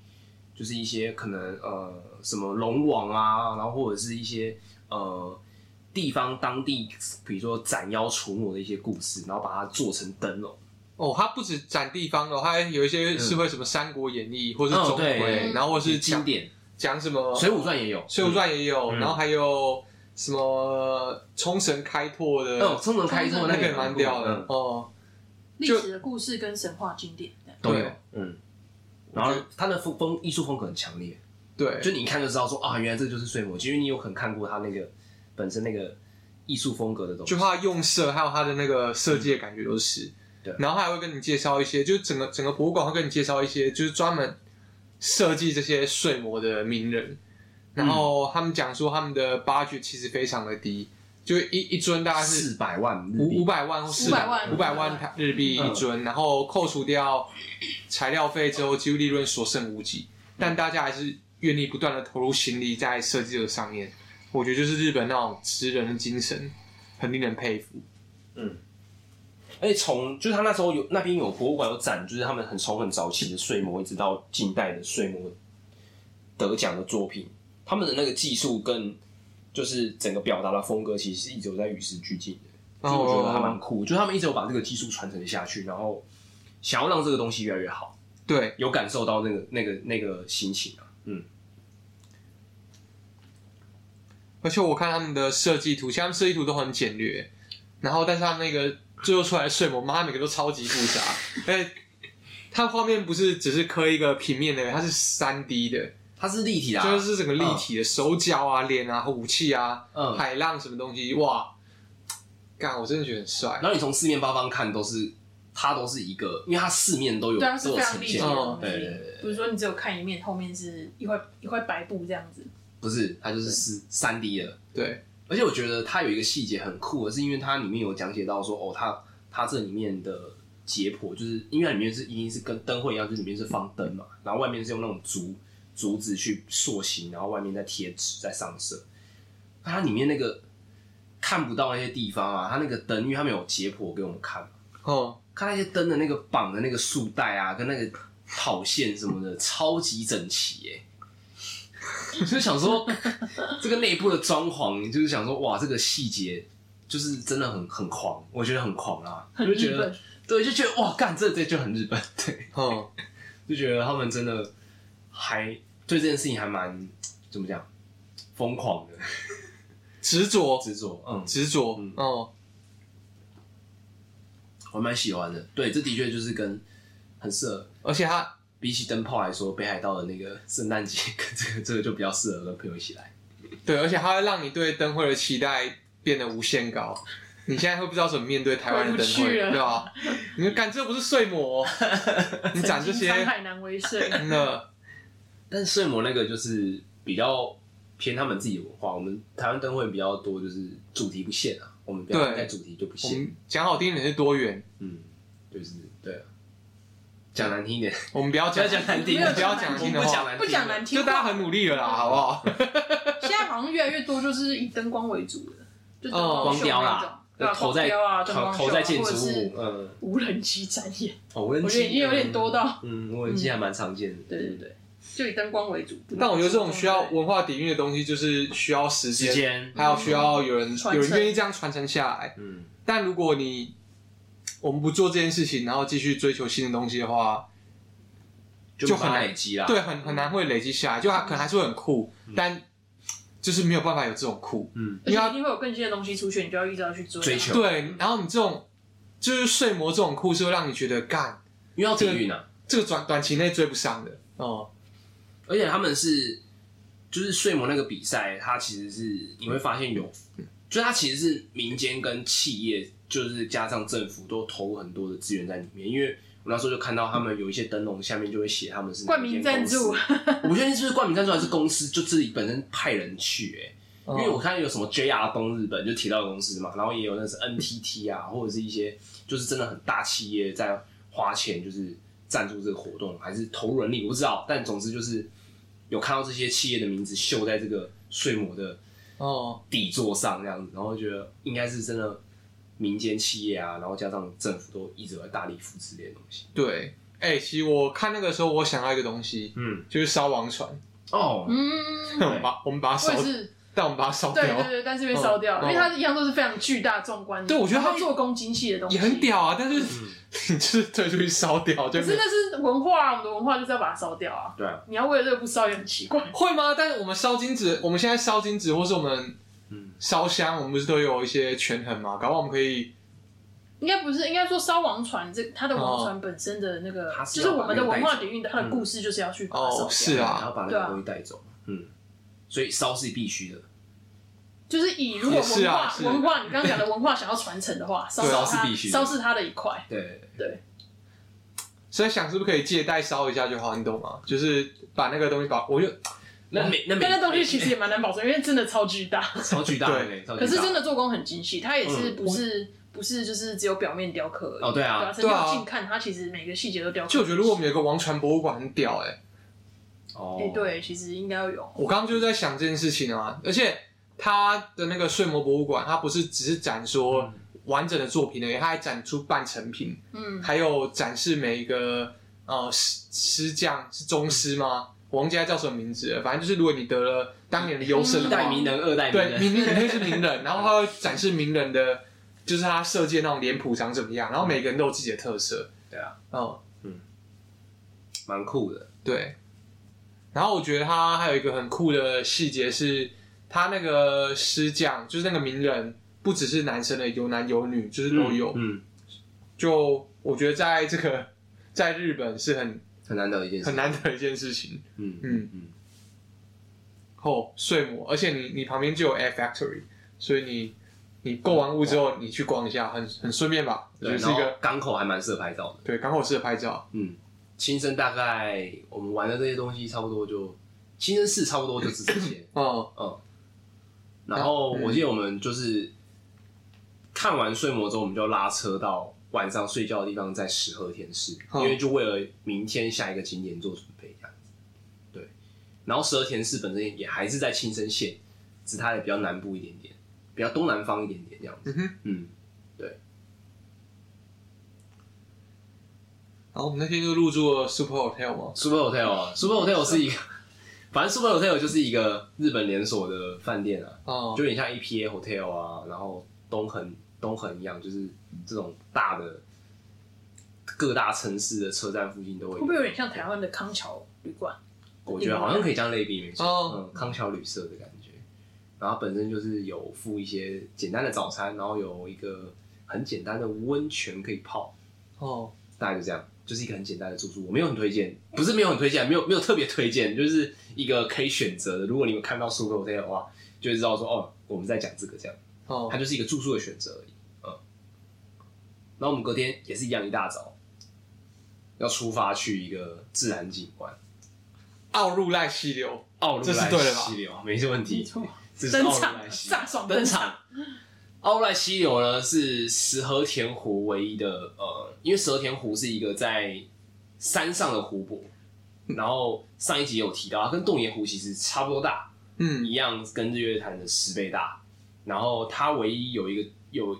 就是一些可能呃什么龙王啊，然后或者是一些呃。地方当地，比如说斩妖除魔的一些故事，然后把它做成灯笼，
哦，它不止展地方哦，它还有一些是会什么《三国演义》或是《
嗯
钟
对
馗》，
嗯
然后或是
经
讲
典
讲什么
《
《
水浒传》也有，《
水浒传》也有，
嗯
然后还有什么冲绳开拓的，
嗯，冲绳开拓
那
那
个
个
也
也
蛮
酷
屌
嗯
的哦。
历
就
史的故事跟神话经典这样
都有
对，
嗯。然后他的风风艺术风格很强烈，
对，
就你一看就知道说啊，原来这就是睡魔镜，因为你有可能看过他那个本身那个艺术风格的东西
就。它用色还有它的那个设计的感觉都是。
对
然后还会跟你介绍一些，就是整个整个博物馆会跟你介绍一些，就是专门设计这些睡魔的名人。然后他们讲说他们的 budget 其实非常的低，就一一尊大概是
四百万日
五五
币，嗯
百万或四
500万
五百万嗯台日币一尊，然后扣除掉材料费之后，几乎利润所剩无几。
嗯
但大家还是愿意不断的投入心力在设计这上面，我觉得就是日本那种职人的精神，很令人佩服。
而且从就是他那时候有那边有博物馆有展，就是他们很从很早期的睡魔，一直到近代的睡魔得奖的作品，他们的那个技术跟就是整个表达的风格，其实是一直有在与时俱进的。所以我觉得还蛮
哦
酷，就是他们一直有把这个技术传承下去，然后想要让这个东西越来越好，
对，
有感受到那个那个那个心情啊。嗯，
而且我看他们的设计图，其实他们设计图都很简略，然后但是他们那个最后出来的睡魔，妈每个都超级复杂，哎，它画面不是只是刻一个平面的，它是三 D 的，
它是立体的、啊，
就是整个立体的手脚啊、脸啊、武器啊、
嗯。
海浪什么东西，哇！干，我真的觉得很帅
然。后你从四面八方看，都是它都是一个，因为它四面都有
对啊，
都
是
有
非常
呈
立体
现
的，
哦
东
对对对
西，不是说你只有看一面，后面是一块一块白布这样子。
不是它就是四三 D 的。
对，
而且我觉得它有一个细节很酷的是，因为它里面有讲解到说，哦，它它这里面的解剖，就是因为它里面是一定是跟灯会一样，就是里面是放灯嘛，然后外面是用那种竹竹子去塑形，然后外面再贴纸再上色。那它里面那个看不到那些地方啊，它那个灯，因为它没有解剖给我们看嘛，
哦，
看那些灯的那个绑的那个束带啊，跟那个跑线什么的，超级整齐耶、我就想说， 这个内部的装潢，就是想说，哇，这个细节就是真的很很狂，我觉得很狂啦，我就觉
日
得
本，
对，就觉得哇，干这这就很日本，对，
哦，
就觉得他们真的还对这件事情还蛮怎么讲，疯狂的
执着，
执着，嗯，
执着
嗯，
哦，
我蛮喜欢的，对，这的确就是跟很适合
而且他，
比起灯泡来说，北海道的那个圣诞节跟这个这个就比较适合跟朋友一起来。
对，而且他会让你对灯会的期待变得无限高。你现在会不知道怎么面对台湾的灯
回不
会，
去了
对吧？ 你说，干，这不是睡 魔哦，你展这
曾经沧
些，
海难为 水，
真的，
但是睡魔那个就是比较偏他们自己的文化，我们台湾灯会比较多，就是主题不限啊，我们不要
对
带主题就不
我
限。
们讲好听一点是多元，
嗯，就是对啊，讲难听一点，
我们不要
不要
讲，
讲难听，
没有
不要讲
我
听
们
的
不讲
话，
难听，
不讲难听
就
话，
大家很努力了啦，好不好？
现在好像越来越多就是以灯光为主的，就灯
哦
光
光
秀
雕
那种
啦，，
对啊，
投
光
在
雕啊，灯
投
光秀
投
啊，
在建
或者
筑
是
物，嗯，
无人机展演，
哦，我
我觉得已经有点多，到，
嗯，无人机还蛮常见的，
对对对，就以灯光为主。
但我觉得这种需要
对
文化底蕴的东西，就是需要时
时
间，
间，
还有需要有人
传
有
承
人愿意这样传承下来。
嗯，
但如果你我们不做这件事情，然后继续追求新的东西的话，
就
就
没办法
很难
累积啦。
对，很很难会累积下来，就还可能还是会很酷，但就是没有办法有这种酷。
嗯，
而
因
且
为它
一定会有更新的东西出现，你就要一直要去追啊
追求
对，然后你这种就是睡魔这种酷，是会让你觉得干
因为要体育呢，
这个短短期内追不上的哦。
而且他们是就是睡魔那个比赛，它其实是你会发现有，
嗯
就它其实是民间跟企业，就是加上政府都投入很多的资源在里面，因为。我那时候就看到他们有一些灯笼下面就会写他们是
冠名赞助
哪间公司，我不确定是不是冠名赞助还是公司就自己本身派人去、欸，
因
因为我看有什么 JR 东日本就铁道公司嘛，然后也有那是 NTT 啊，或者是一些就是真的很大企业在花钱就是赞助这个活动，还是投入人力，我不知道。但总之就是有看到这些企业的名字绣在这个睡魔的
哦，
底座上这样子，然后觉得应该是真的民间企业啊，然后加上政府都一直有在大力扶持这些东西。
对，哎、其实我看那个时候，我想到一个东西，
嗯，
就是烧王船，
哦，
嗯，
我们把我们把它
我
烧
也，是，
但我们把它烧
对对
掉，
对，但是被烧掉，
嗯
因为它一样都是非常巨大壮观的。
对我觉得它
它做工精细的东西
也很，屌啊。但是
嗯
你就是推出去烧掉，就
可是那是文化啊，我们的文化就是要把它烧掉啊。
对啊，
你要为了这个不烧也很奇怪。
会吗？但是我们烧金纸，我们现在烧金纸，或是我们
嗯
烧香，我们不是都有一些权衡嘛？搞不好我们可以
应该不是，应该说烧王船这它的王船本身的那个，
它是
就
要
是我们的文化
把那个带走
底蕴，它的故事就是要去把它烧掉。
哦，是
然
啊，
后把那
对
个
啊
东西带走。嗯，所以烧是必须的。
就是以如果
也是
文化、
啊是
文化，你刚刚讲的文化想要传承的话，烧
对
烧
烧是
它
必须的
烧是它的一块，
对，
所以想是不是可以借代烧一下就好，你懂吗？就是把那个东西把我就
那每那每
啊但那东西其实也蛮难保存，因为真的超巨大。
超巨大的，欸
对
超巨大
可是真的做工很精细，它也是
嗯
不是、不是就是只有表面雕刻而已
哦对啊
对啊，陈
对啊
耀近看它其实每个细节都雕刻。
就我觉得如果我们有一个王传博物馆很屌哎、
哦
哎、，对，其实应该要有，
我刚刚就是在想这件事情啊，而且他的那个睡魔博物馆，它不是只是展说完整的作品而已，它还展出半成品，
嗯，
还有展示每一个呃师师匠是宗师吗？我忘记他叫什么名字了，反正就是如果你得了当年的优胜
一
的
代
话，
嗯名
哦
人，二代名
对，
人，
名人你会是名人，然后他会展示名人的，就是他设计的那种脸谱长怎么样，然后每个人都有自己的特色，
对啊，
嗯，
蛮酷的。
对。然后我觉得他还有一个很酷的细节是，他那个师匠就是那个名人，不只是男生的，有男有女，就是都有。
嗯，嗯
就我觉得在这个在日本是很
很难得的一件事，
很，难得一件事情。
嗯
嗯
嗯嗯，
哦，睡魔，而且你你旁边就有 Air Factory，所以你你购完物之后，你去逛一下，很很顺便吧？我觉
对，
得是
然
一
后
个
港口还蛮适合拍照的，
对港口适合拍照。
嗯，新生大概我们玩的这些东西差不多就，新生市差不多就是这 些，
哦，
嗯，然后
嗯
我记得我们就是看完睡魔之后，我们就拉车到晚上睡觉的地方，在石和田市，
好
因为就为了明天下一个景点做准备这样子。对，然后石和田市本身也还是在青森县，只是它也比较南部一点点，比较东南方一点点这样子。
嗯哼，
嗯，
然后我们那天就入住了 Super Hotel 嘛，
Super Hotel 啊，Super Hotel 是一个，反正 Super Hotel 就是一个日本连锁的饭店啊，
哦，
就有点像 EPA Hotel 啊，然后东横东横一样，就是这种大的各大城市的车站附近都会
会不会有啊点像台湾的康桥旅馆？
我觉得好像可以这样类比，没错，
哦
嗯，康桥旅社的感觉。然后本身就是有附一些简单的早餐，然后有一个很简单的温泉可以泡，
哦，
大概就这样，就是一个很简单的住宿。我没有很推荐，不是没有很推荐，没有 没有特别推荐，就是一个可以选择的。如果你们看到 Super Hotel 的话，就会知道说哦，我们在讲这个这样。
哦
它，就是一个住宿的选择而已。嗯，然后我们隔天也是一样，一大早要出发去一个自然景观，
奥入濑溪流，
奥入
这是
濑
对的吧
溪流，没这问
没
题。
错，
这是
登
奥入
场
濑溪
飒爽
登
场
场，。奥入濑溪流呢是石和田湖唯一的呃，因为石和田湖是一个在山上的湖泊，然后上一集有提到，它跟洞爷湖其实差不多大，
嗯
一，样跟日月潭的十倍大。然后它唯一有一个有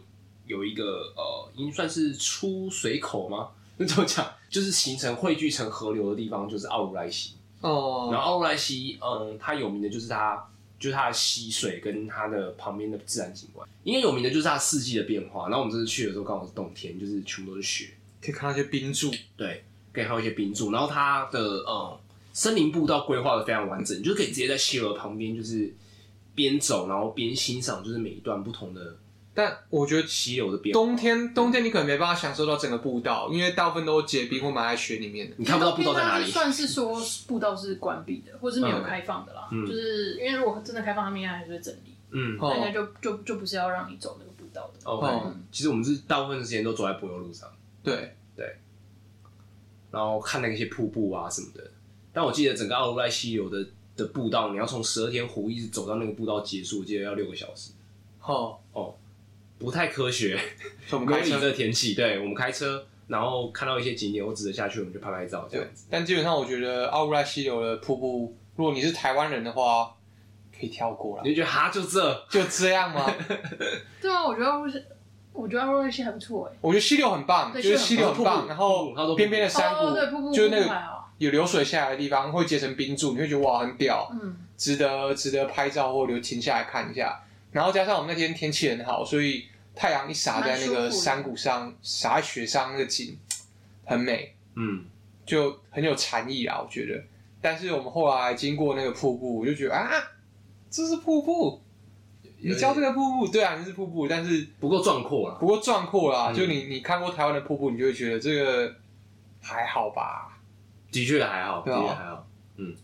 有一个呃，应算是出水口吗？ 那怎么讲？就是形成汇聚成河流的地方，就是奥如莱溪。然
哦，
后奥如莱溪，嗯，它有名的就是它，就是它的溪水跟它的旁边的自然景观。因为有名的就是它四季的变化。然后我们这次去的时候刚好是冬天，就是全部都是雪。
可以看到一些冰柱，
对，可以看到一些冰柱，然后它的嗯森林步道规划的非常完整，你就可以直接在溪河旁边就是边走然后边欣赏，就是每一段不同的
但我觉得
溪流的变化。
冬天冬天你可能没办法享受到整个步道，因为大部分都结冰或埋在雪里面的。
你看不到步道在哪
因
里，
为它是算是说步道是关闭的，或是没有
嗯
开放的啦。
嗯
就是因为如果真的开放，他们应该还是会整理，
嗯
哦
那应该就就就不是要让你走那个步道的。
，OK，、
哦
其实我们是大部分的时间都走在柏油路上。
对，
然后看那些瀑布啊什么的。但我记得整个奥如赖溪流的的步道，你要从十二天湖一直走到那个步道结束，我记得要六个小时，
哦，
不太科学。
所以我
我
们
们
开
以这
车
个天气，对我们开车，然后看到一些景点，我指着下去，我们就拍拍照这
对
样子。，
但基本上我觉得奥布拉溪流的瀑布，如果你是台湾人的话，可以跳过了
你，就觉得哈，就这，
就这样 吗？
对啊，我觉得我觉得洛瑞西还不错哎。
我觉得溪流很棒，
对
就是溪流很棒，
溪流很棒
然
瀑布它都
后
瀑布
边边的山
哦，对，瀑布
谷，就是那
瀑布
个
还好啊
有流水下来的地方会结成冰柱，你会觉得哇很屌，
嗯，
值得值得拍照或留停下来看一下。然后加上我们那天天气很好，所以太阳一洒在那
蛮舒服
个
的
山谷上，洒在雪上，那个景很美，
嗯，
就很有禅意啊，我觉得。但是我们后来经过那个瀑布，我就觉得啊，这是瀑布，你教这个瀑布，对啊，你是瀑布，但是
不够壮阔了。
不过壮阔啦，
嗯
就你你看过台湾的瀑布，你就会觉得这个还好吧，
的确还好，的
对啊
确还好。
嗯，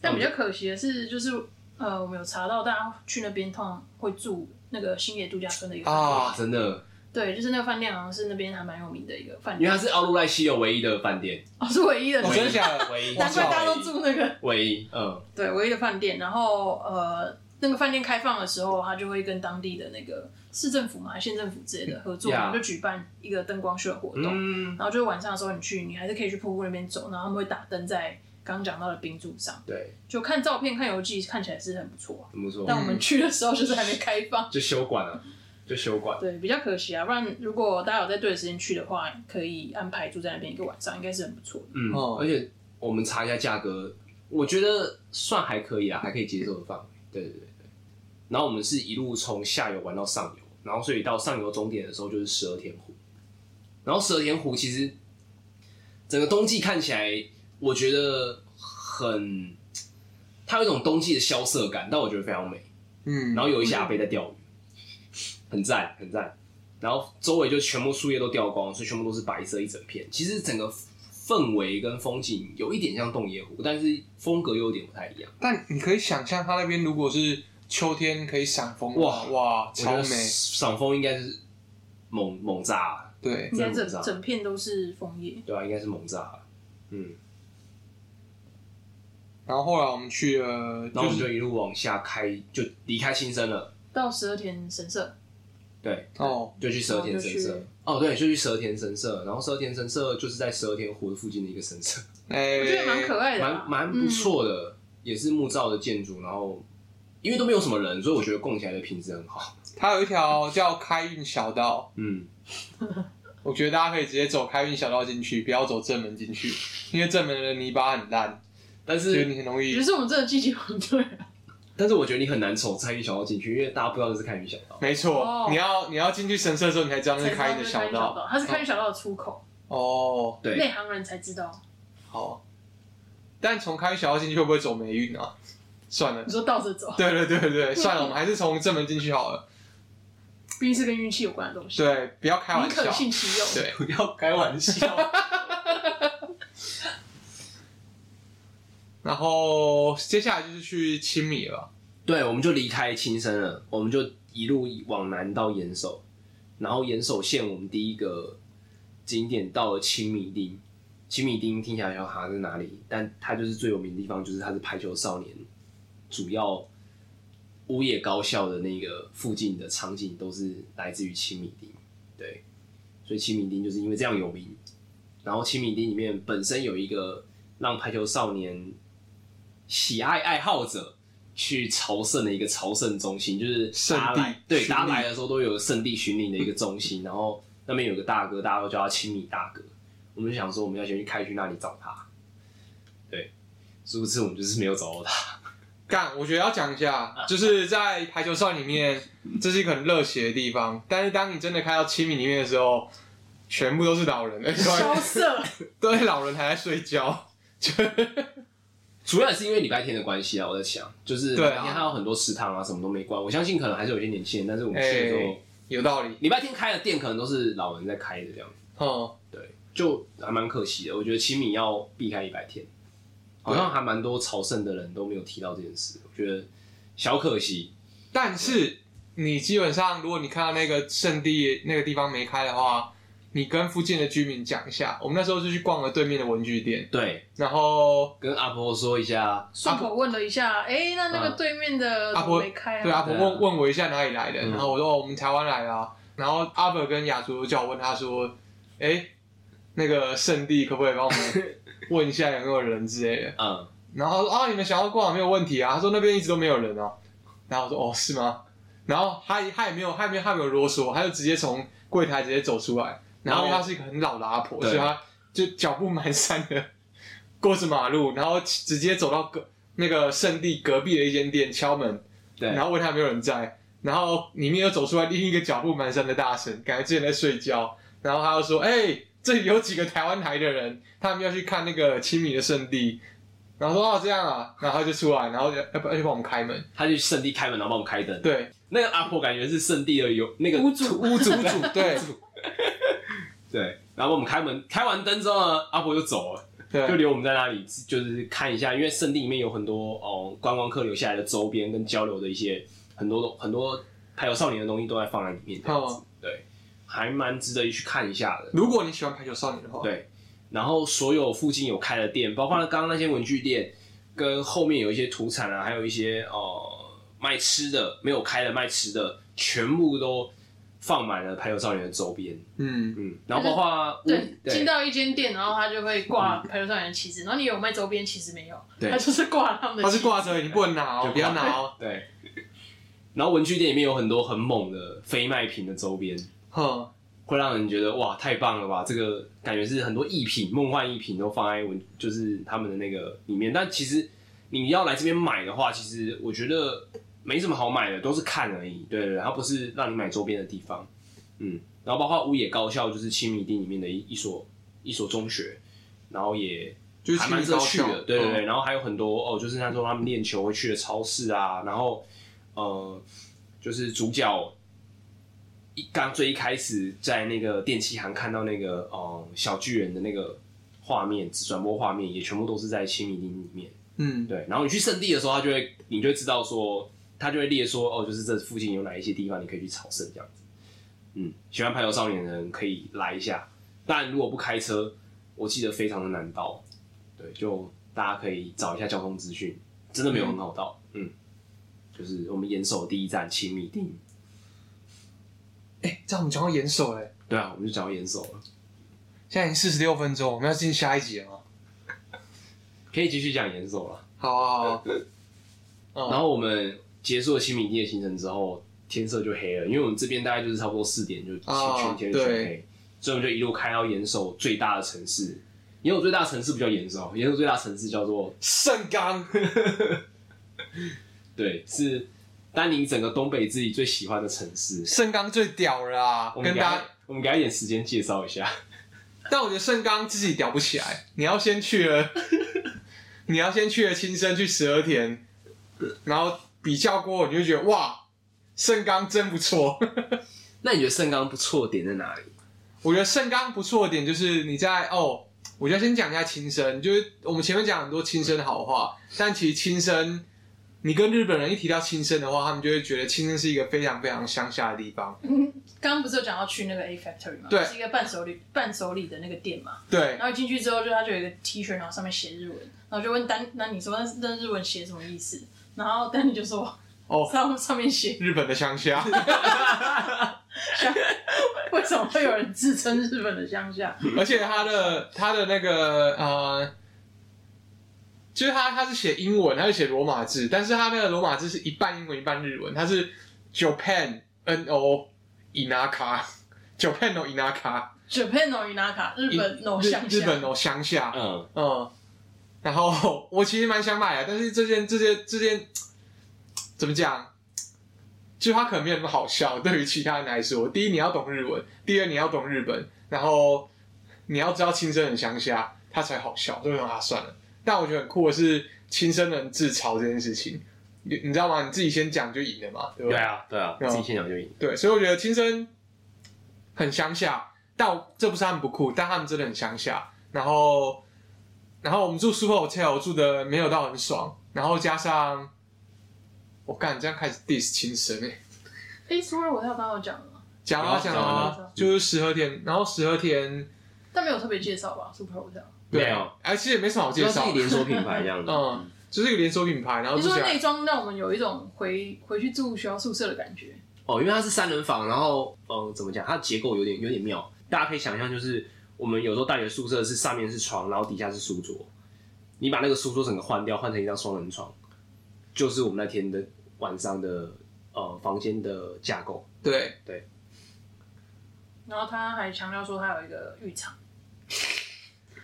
但比较可惜的是，就是呃，我们有查到大家去那边通常会住那个星野度假村的一个饭店，
啊
哇，真的，
对，就是那个饭店好像是那边还蛮有名的一个饭
因为
店
它，是奥如赖溪流唯一的饭店，
哦，是唯一的，
我真的假 的？
唯一，
难怪大家都
唯一，
住那个。
唯一，嗯，
对，唯一的饭店。然后呃，那个饭店开放的时候，他就会跟当地的那个市政府嘛、还是县政府之类的合作，
Yeah
然后就举办一个灯光秀的活动。
嗯，
然后就是晚上的时候，你去，你还是可以去瀑布那边走，然后他们会打灯在刚刚讲到的冰柱上，
对，
就看照片、看游记，看起来是很不错啊、
很不错，
但我们去的时候就是还没开 放，
就休馆了，就休馆。
对，比较可惜啊。不然如果大家有在对的时间去的话，可以安排住在那边一个晚上，应该是很不错的。
嗯，
哦
而且我们查一下价格，我觉得算还可以啊，还可以接受的范围。对对对对。然后我们是一路从下游玩到上游，然后所以到上游终点的时候就是十二天湖。然后十二天湖其实整个冬季看起来，我觉得很，它有一种冬季的萧瑟感，但我觉得非常美。
嗯，
然后有一些阿伯在钓鱼，很赞很赞。然后周围就全部树叶都掉光，所以全部都是白色一整片。其实整个氛围跟风景有一点像洞爷湖，但是风格又有点不太一样。
但你可以想象，它那边如果是秋天可以赏枫的话，哇，
我
超
觉得
美！
赏枫应该是猛猛炸啊、
对，
应该
真
整
的不知道
整片都是枫叶，
对啊，应该是猛炸啊、嗯，
然后后来我们去了，
然
就
后我们
是
就一路往下开，就离开青森了。
到十二天神社，
对，
哦，
就去十二天神
然后就
社
去。
哦，对，就去十二天神社。然后十二天神社就是在十二天湖的附近的一个神社。
哎，
我觉得蛮可爱的啊、
蛮蛮不错的，也是木造的建筑，然后因为都没有什么人，所以我觉得供起来的品质很好。
它有一条叫开运小道，
嗯，
我觉得大家可以直接走开运小道进去，不要走正门进 去，因为正门的泥巴很烂，
但
所以
是
你很容
也就
易。
是我们真的季节不对 啊。
但是我觉得你很难走参与小道进去，因为大家不知道这是开云小道。
没错
哦，
你要你要进去神社的时候，你才知道那是开运的
才
小
知道
道。嗯
它是开运小道的出口，
哦，
对，
内行人才知道。
好。但从开运小道进去会不会走霉运啊？算了
你，说倒着走，
对对对对，算了，我们还是从正门进去好了。
毕竟是跟运气有关的东西，
对，不要开
宁
玩
可
笑。
信其有。
对，
不要开玩笑。
然后接下来就是去青米了。
对，我们就离开青森了，我们就一路往南到岩手，然后岩手县我们第一个景点到了青米町。青米町听起来像哈在哪里？但它就是最有名的地方，就是它是排球少年主要乌野高校的那个附近的场景都是来自于青米町。对，所以青米町就是因为这样有名。然后青米町里面本身有一个让排球少年喜爱爱好者去朝圣的一个朝圣中心，就是
圣地
大家来对
巡礼
大家来的时候都有圣地巡礼的一个中心。然后那边有个大哥，大家都叫他青米大哥。我们就想说我们要先去开去那里找他，对，殊不知我们就是没有找到他。
干，我觉得要讲一下，就是在排球赛里面，这是一个很热血的地方。但是当你真的开到青米里面的时候，全部都是老人，而且
萧瑟，
都是老人还在睡觉，就
主要也是因为礼拜天的关系啊，我在想，就是礼
对啊
拜天它有很多食堂啊，什么都没关。我相信可能还是有一些年轻人，但是我们去的时
哎
候，
有道理。
礼拜天开的店可能都是老人在开的这样子，
哦，
对，就还蛮可惜的。我觉得清明要避开礼拜天，好像还蛮多朝圣的人都没有提到这件事，我觉得小可惜。
但是你基本上，如果你看到那个圣地那个地方没开的话，你跟附近的居民讲一下。我们那时候就去逛了对面的文具店，
对，
然后
跟阿婆说一下，
顺口问了一
啊
下，哎，那那个
嗯
对面的
阿
怎
婆
么没开
对阿
啊？
婆
对啊
问问我一下哪里来的，
嗯
然后我说、哦、我们台湾来的、啊。然后阿伯跟雅竹叫我问他说，哎，那个圣地可不可以帮我们问一下有没有人之类的？
嗯，
然后他说啊，你们想要逛没有问题啊。他说那边一直都没有人啊。然后我说哦是吗？然后他也他也没有他也没有他也没有啰嗦，他就直接从柜台直接走出来。然后因为他是一个很老的阿婆，
对
所以他就脚步蹒跚的过着马路，然后直接走到隔那个圣地隔壁的一间店敲门，
对，
然后问他有没有人在，然后里面又走出来另一个脚步蹒跚的大神，感觉之前在睡觉。然后他又说：“哎、这里有几个台湾来的人，他们要去看那个清明的圣地。”然后说：“哦，这样啊。”然后他就出来，然后就要不要就帮我们开门？
他去圣地开门，然后帮我们开灯。
对
那个阿婆感觉是圣地的有那个
屋主
屋主，屋主
对
对，然后我们开门，开完灯之后呢，阿婆就走了，就
对
留我们在那里，就是看一下，因为圣地里面有很多哦观光客留下来的周边跟交流的一些很多很多排球少年的东西都在放在里面，这样子，
哦
对，还蛮值得一去看一下的。
如果你喜欢排球少年的话，
对，然后所有附近有开的店，包括刚刚那些文具店，跟后面有一些土产啊，还有一些呃卖吃的没有开的卖吃的，全部都放满了《排球少年》的周边。
嗯，
嗯，然后包括
对，进
对
到一间店，然后他就会挂
嗯
朋友少年的旗帜，然后你有卖周边，其实没有，
对
他就是挂他们的旗
他
帜。
是挂着你不能拿哦，
就
不要拿哦。
对，然后文具店里面有很多很猛的非卖品的周边，
哼，
会让人觉得哇太棒了吧！这个感觉是很多艺品、梦幻艺品都放在文，就是他们的那个里面。但其实你要来这边买的话，其实我觉得没什么好买的，都是看而已。对对对，它不是让你买周边的地方。嗯，然后包括乌野高校，就是清明町里面的一一所一所中学，然后也
就是
还
清
蛮值得
高
去
校
的，对对对。
嗯
然后还有很多哦，就是那时候他们练球会去的超市啊，然后呃，就是主角一刚最一开始在那个电器行看到那个哦、呃小巨人的那个画面，转播画面也全部都是在清明町里面。
嗯，
对，然后你去圣地的时候，他就会你就会知道说，他就会列说哦，就是这附近有哪一些地方你可以去朝圣这样子。嗯，喜欢排球少年的人可以来一下，但如果不开车，我记得非常的难到。对，就大家可以找一下交通资讯，真的没有很好到。嗯，就是我们岩手第一站亲密定。
哎，这样我们讲到严守嘞，
对啊，我们就讲到岩手了，
现在已经四十六分钟，我们要进下一集了吗？
可以继续讲岩手了。
好啊，好啊，嗯
然后我们结束了清明地的行程之后，天色就黑了，因为我们这边大概就是差不多四点就
哦
全天就全黑，所以我们就一路开到岩手最大的城市。岩手最大的城市不叫岩手，岩手最大的城市叫做
圣冈，
对，是丹尼整个东北自己最喜欢的城市。
圣冈最屌了啊！
我们
跟
给
大
他
家，
我们给他一点时间介绍一下。
但我觉得圣冈自己屌不起来，你要先去了， 你要先去了亲身去十二天，然后比较过后，你就觉得哇，圣冈真不错。
那你觉得盛冈不错的点在哪里？
我觉得盛冈不错的点就是你在哦，我觉得先讲一下亲生，就是我们前面讲很多亲生的好话，但其实亲生，你跟日本人一提到亲生的话，他们就会觉得亲生是一个非常非常乡下的地方。
刚刚不是有讲要去那个 A Factory 吗？
对
是一个伴手礼伴手礼的那个店嘛。
对
然，后一进去之后，就他就有一个 T 恤，然后上面写日文，然后就问丹，那你说那那日文写什么意思？然后丹尼就说，
哦
上上面写，
日本的乡下，
为什么会有人自称日本的 乡下？
而且他的他的那个呃，就是他他是写英文，他是写罗马字，但是他那个罗马字是一半英文一半日文，他是 Japan N O Inaka Japan no Inaka
Japan no Inaka，日本 no
日
乡
日本
下，
哦乡下，
嗯，
嗯，然后啊我其实蛮想买的，但是这件这件这件怎么讲？就它可能没有那么好笑。对于其他人来说，第一你要懂日文，第二你要懂日本，然后你要知道亲生人乡下，它才好笑。所以说啊，算了。但我觉得很酷的是亲生人自嘲这件事情，你你知道吗？你自己先讲就赢了嘛，对不
对
对？
啊，对啊，
对啊
自己现场就赢。
对，所以我觉得亲生很乡下，但我这不是他们不酷，但他们真的很乡下。然后，然后我们住 Super Hotel 住的没有到很爽，然后加上我干这样开始 diss 亲生哎、欸，
哎，除了我刚刚有讲了吗？
讲啊讲
哦讲
啊讲
啊
啊，
就是十和田，然后十和田
但没有特别介绍吧？Super Hotel，
对
没有，
哎其实也没什么好介
就是
绍
一个，连锁品牌这 样子。
嗯，就是一个连锁品牌，然后
你
住
说
起
内
来
装让我们有一种回回去住学校宿舍的感觉，
哦，因为它是三人房，然后嗯，怎么讲？它结构有点有点妙，大家可以想象，就是我们有时候大学宿舍是上面是床，然后底下是书桌，你把那个书桌整个换掉，换成一张双人床，就是我们那天的晚上的呃房间的架 构。
对，
然后他还强调说他有一个浴 场，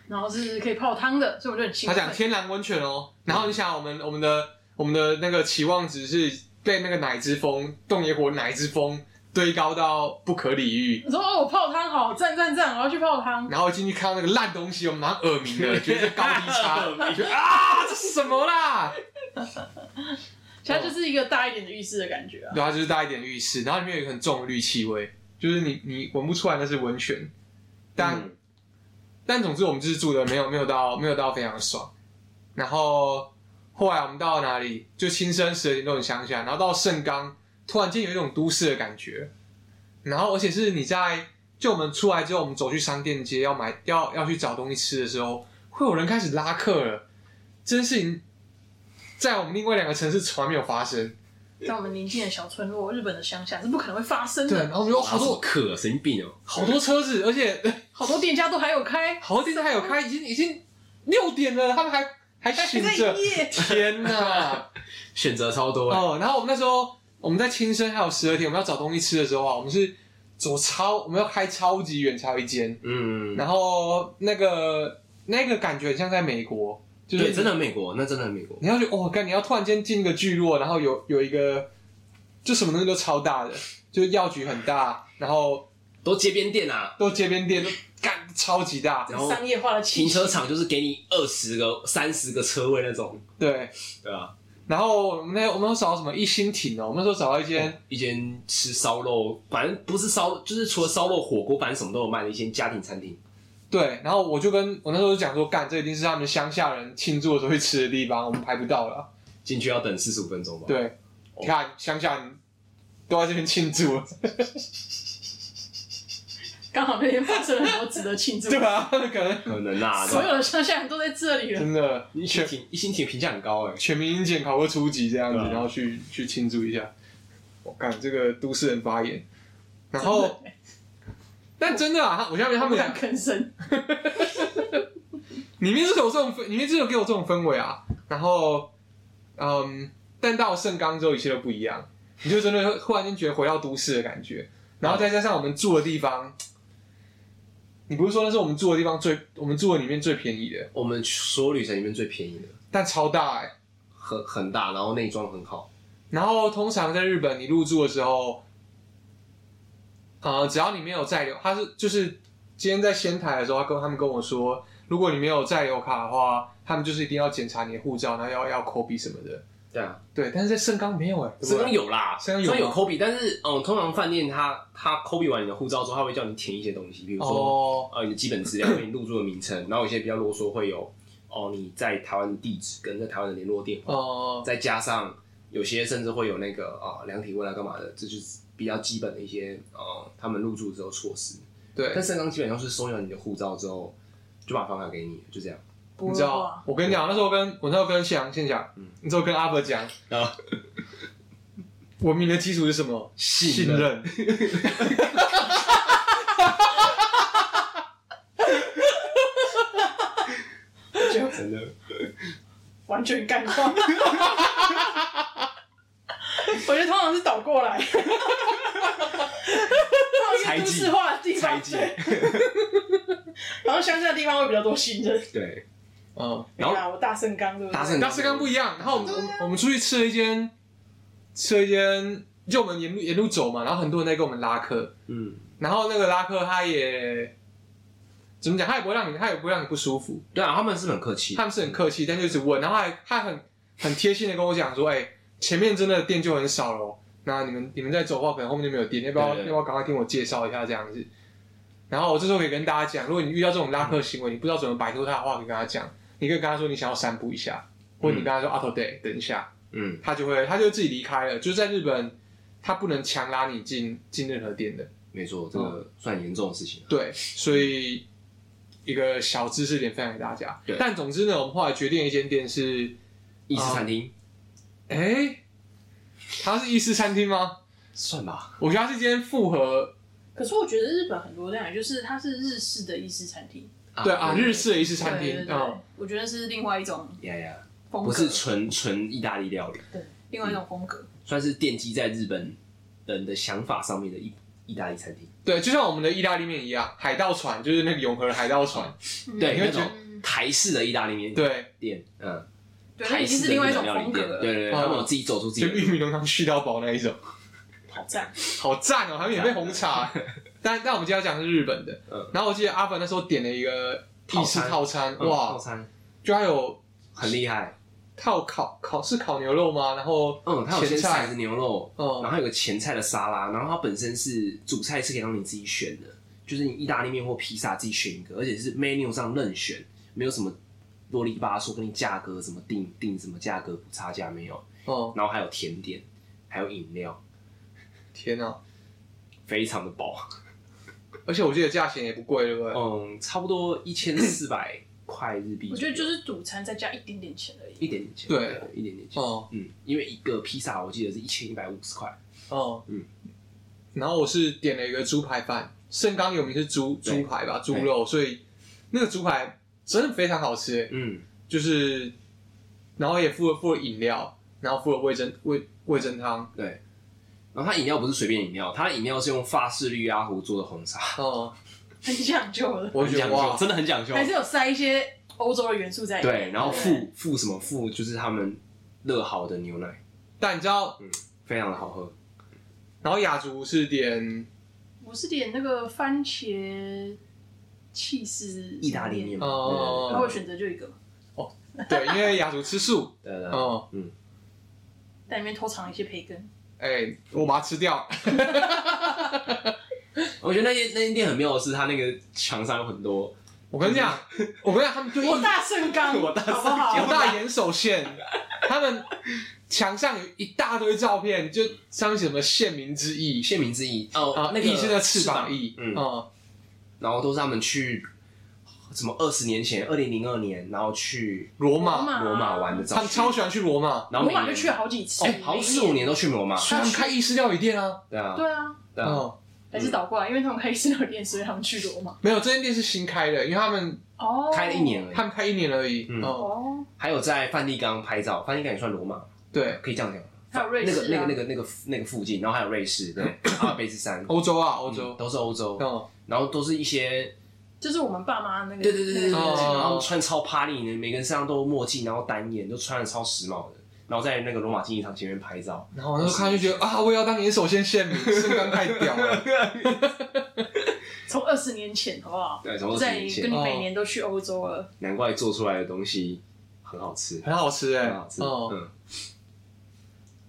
然后是可以泡汤的，所以我就很兴
他讲
奋。
天然温泉哦，然后你想我们我们的我们的那个期望值是被那个奶之风洞爷国奶之风堆高到不可理喻，
你说哦，我泡汤好赞赞赞，我要去泡汤。
然后进去看到那个烂东西，我们马上耳鸣了，觉得这高低 差，觉得啊这是什么啦？
其
哦
实它就是一个大一点的浴室的感觉啊。
对，它就是大一点的浴室，然后里面有一个很重的氯气味，就是你你闻不出来那是温泉，但、
嗯
但总之我们就是住的没有没有到没有到非常爽。然后后来我们到哪里？就亲生十点都很乡下，然后到盛冈，突然间有一种都市的感觉。然后而且是你在就我们出来之后，我们走去商店街要买要要去找东西吃的时候，会有人开始拉客了。这件事情在我们另外两个城市从来没有发生。
在我们临近的小村落，日本的乡下是不可能会发生
对，
的
然。后我们有好
好多
多
客，神经病哦、
好多车子，而且
好多店家都还有开，
好多店还有开，已经已经六点了，他们还还
还
醒
在
着
营。业。
天 哪！
选择超多、欸。
哦，然后我们那时候我们在青森还有十二天，我们要找东西吃的时候啊，我们是走超，我们要开超级远才有一间。
嗯，
然后那个那个感觉很像在美国，就是
对，真的很美国，那真的很美国。
你要去哦，干你要突然间进一个聚落，然后有有一个就什么东西都超大的，就是药局很大，然后
都街边店啊，
都街边店都干超级大，
然后
商业化的气
停
息
车，场就是给你二十个、三十个车位那种。
对。
对啊，
然后我们那我们要找什么一心亭哦，我们那时候找到一间
一间吃烧肉，反正不是烧，就是除了烧肉火锅，反正什么都有卖的一间家庭餐厅。
对，然后我就跟我那时候就讲说，干，这一定是他们乡下人庆祝的时候会吃的地方，我们排不到了。
进去要等四十五分钟吧。，
对，
哦
你看乡下人都在这边庆祝，
刚好那天发生了很多值得庆祝
对。吧、啊？可能
可能啊，
所有的乡下人都在这里了，
真的
一心
全
挺一心挺评价很高哎、
全民英检考个初级这样子，
对啊
然后去去庆祝一下。我干，这个都市人发言，然后但真的啊，他我相信
他
他们
不
俩
敢吭声。
里面就是有这种氛，里面就是有给我这种氛围啊。然后，嗯，但到盛冈之后，一切都不一样，你就真的会忽然间觉得回到都市的感觉。然后再加上我们住的地方，你不是说那是我们住的地方最，我们住的里面最便宜的，
我们所有旅程里面最便宜的，
但超大哎、
很很大，然后内装很好。
然后通常在日本，你入住的时候，呃，只要你没有在留，他是就是今天在仙台的时候，他跟他们跟我说，如果你没有在留卡的话，他们就是一定要检查你的护照，然后要要 copy 什么的。
对啊，
对，但是在盛冈没有哎、对不
身
对
上有啦，
身上有
有
吗
Kobe，但是嗯，通常饭店它它 Kobe 完你的护照之后，它会叫你填一些东西，比如说、
哦，
呃你的基本资料， 你入住的名称，然后有些比较啰嗦会有哦你在台湾的地址跟在台湾的联络电话。
哦，
再加上有些甚至会有那个啊量体温啊干嘛的，这就是比较基本的一些呃他们入住之后措施。
对
但，盛冈基本上是收了你的护照之后，就把房卡给你，就这样。
你
不
知道，我跟你讲，那时候跟我那时候跟谢阳先讲，
嗯
那时候跟阿伯讲，
啊，
文明的基础是什么？信
任
任。
就
真 的，
完全干 话。我觉得通常是倒过来，到一个都市化的地
猜
方，
忌，
对，然后乡下的地方会比较多新人。啊
对，
嗯，
然后
没啦我大圣冈对不对？
大圣
但是刚不一样。然后我们我们我们出去吃了一间，吃了一间就我们沿路沿路走嘛，然后很多人在跟我们拉客，
嗯，
然后那个拉客他也怎么讲，他也不会让你，他也不会让你不舒服，
对啊，他们是很客气
他，们是很客气，但就是问，然后还他很很贴心的跟我讲说，哎、前面真的店就很少了哦，那你们你们在走的话，可能后面就没有店，要不要
对对
要不要赶快听我介绍一下这样子？然后我这时候可以跟大家讲，如果你遇到这种拉客行为，你不知道怎么摆脱他的话，可以跟他讲，你可以跟他说你想要散步一下，或者你跟他说阿头对，等一下，
嗯，
他就会他就自己离开了。就是在日本，他不能强拉你进进任何店的，
没错，这
哦
个算严重的事情啊。
对，所以一个小知识点分享给大家
对。
但总之呢，我们后来决定一间店是
意式餐厅
哎、它是意式餐厅吗？
算吧，
我觉得它是一间复合，
可是我觉得日本很多那样，就是它是日式的意式餐厅，
对啊，日式的意式餐
对对
厅
对，
啊，
我觉得是另外一种
呀呀，
风格，
不是纯纯意大利料理，
对，另外一种风格。
算是奠基在日本人的想法上面的意意大利餐厅。
对，就像我们的意大利面一样，海盗船就是那个永和的海盗船，
对，嗯
你会
那
觉得
种台式的意大利面
对，
店，嗯，
对，那
台
已经
式
是
的
另外一
日
种
本料
风
理
格
店，
了，
对对对，
嗯
他们有自己走出自己
就
的路
玉米浓汤续到饱那一种，
好赞。
好赞哦、还有免费红茶。但但我们今天要讲的是日本的
嗯，
然后我记得阿凡那时候点了一个意式套
套
餐，
嗯
哇
套，餐
就还有
很厉害，
套烤烤是烤牛肉吗？然后
嗯，它有
前
先
菜
菜是牛肉，
嗯
然后有个前菜的沙拉，然后它本身是主菜是可以让你自己选的，就是你意大利面或披萨自己选一个，而且是 menu 上任选，没有什么啰里吧嗦跟你价格怎么定定什么价格补差价没有，
哦，
然后还有甜点，还有饮料，
天啊！
非常的饱，
而且我记得价钱也不贵，对不对？
嗯，差不多一千四百块日币左右，
我觉得就是主餐再加一点点钱而已。
一点点钱，
对，
一点点钱，
哦
嗯，因为一个披萨我记得是一千一百五十块，
哦，
嗯。
然后我是点了一个猪排饭，盛冈有名是猪
对
猪排吧，猪肉，所以那个猪排真的非常好吃欸，
嗯，
就是，然后也附了附了饮料，然后附了味噌味味噌汤，
对。然后它饮料不是随便饮料，它的饮料是用法式绿鸭壶做的红茶，
哦，
很讲究了，
我
很
觉
讲
得
究，
哇，
真的很讲究
还。是有塞一些欧洲的元素在里面。
对，然后
对
附附什么附，就是他们热好的牛奶，
但你知道，
非常的好喝。
然后雅竹是点
我是点那个番茄气势
意大利面嘛，
哦
然后我选择就一个，
对，因为雅竹吃 素，
对对对嗯对，
哦，
在里面偷藏一些培根，
哎，我把它吃掉，
我觉得那间那间店很妙的是，它那个墙上有很多
我跟你 讲，我跟你讲，他们就一
我大圣刚，
我大圣
好不好
有大岩手县，他们墙上有一大堆照片，就上面写什么县民之翼
县民之翼
啊
哦，，那个
翼是那翅膀翼，
嗯，
嗯，
然后都是他们去什么二十年前，二零零二年，然后去
罗
罗
马，
马
罗马玩的照
他
片，
们超喜欢去罗马，
然后
啊罗
每
马
年
就去了好几次，
哎，好像
每一
四
年
五。年都去罗马，
所以他们开意式料理店啊，
对啊，
对啊，
对啊，
嗯，
还是倒过来，因为他们开始有店，所以他们去罗马。
没有这间店是新开的，因为他们
哦，
开了一。年而已
他。们开一年而已，嗯，
嗯
哦，
还有在梵蒂冈拍照，梵蒂冈也算罗马，
对，
可以这样讲。
还有瑞
哦那
士
个那个
啊、
那个那个那个附近，然后还有瑞士，对，阿尔卑斯山，
欧洲啊，欧
欧
洲，
都是欧洲，
嗯，
然后都是一些
就是我们爸妈那个。
对对对对对，
那个
哦
然后穿超趴丽的，每个人身上都有墨镜，然后单眼，都穿的超时髦的，然后在那个罗马竞技场前面 拍照，
然后我那时候看就觉得啊，我也要当岩手县县民，是刚太屌 了，
从二十年前好不好？
对，从
就
二十
在
年
你跟
前，
你每年都去欧洲了，
难怪做出来的东西很好吃，
很好吃哎
很好，吃，
嗯，
嗯，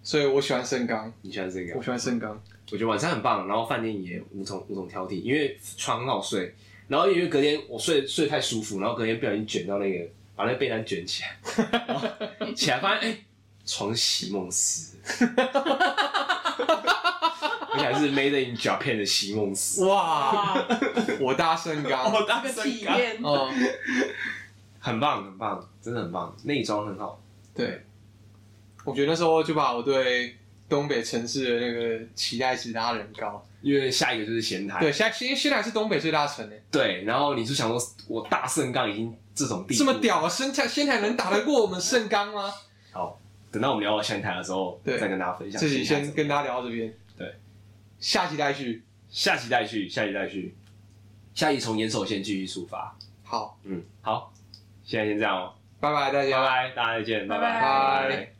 所以我喜欢盛冈，
你喜欢这个
我？喜欢盛冈，
我觉得晚餐很棒，然后饭店也无从无从挑剔，因为床很好睡，然后因为隔天我睡睡太舒服，然后隔天不小心卷到那个把那个被单卷起来， 然后起来发现哎、床席梦思， 而且还是 Made in Japan 的席梦思，
哇，
啊
哇，
我搭盛 冈，
大
这个 体
哦
验。
嗯。
很棒很棒，真的很棒，内装很好，
对，我觉得那时候就把我对东北城市的那个期待值拉得很高。
因为下一个就是咸台，
对，现在现现在还是东北最大城呢、
对，然后你就想说，我大盛冈已经这种地步
这么，屌啊！生台仙台能打得过我们盛冈吗？
好，等到我们聊到咸台的时候，
对
再跟大家分享
自
咸台
己
怎么样，
先跟大家聊到这边，
对，
下期再续。
下集再续，下集再续，下集从岩手县继续出发。
好，
嗯，好，现在先这样哦，
拜拜大
拜
家。
啊拜，大家再见，拜
拜拜
拜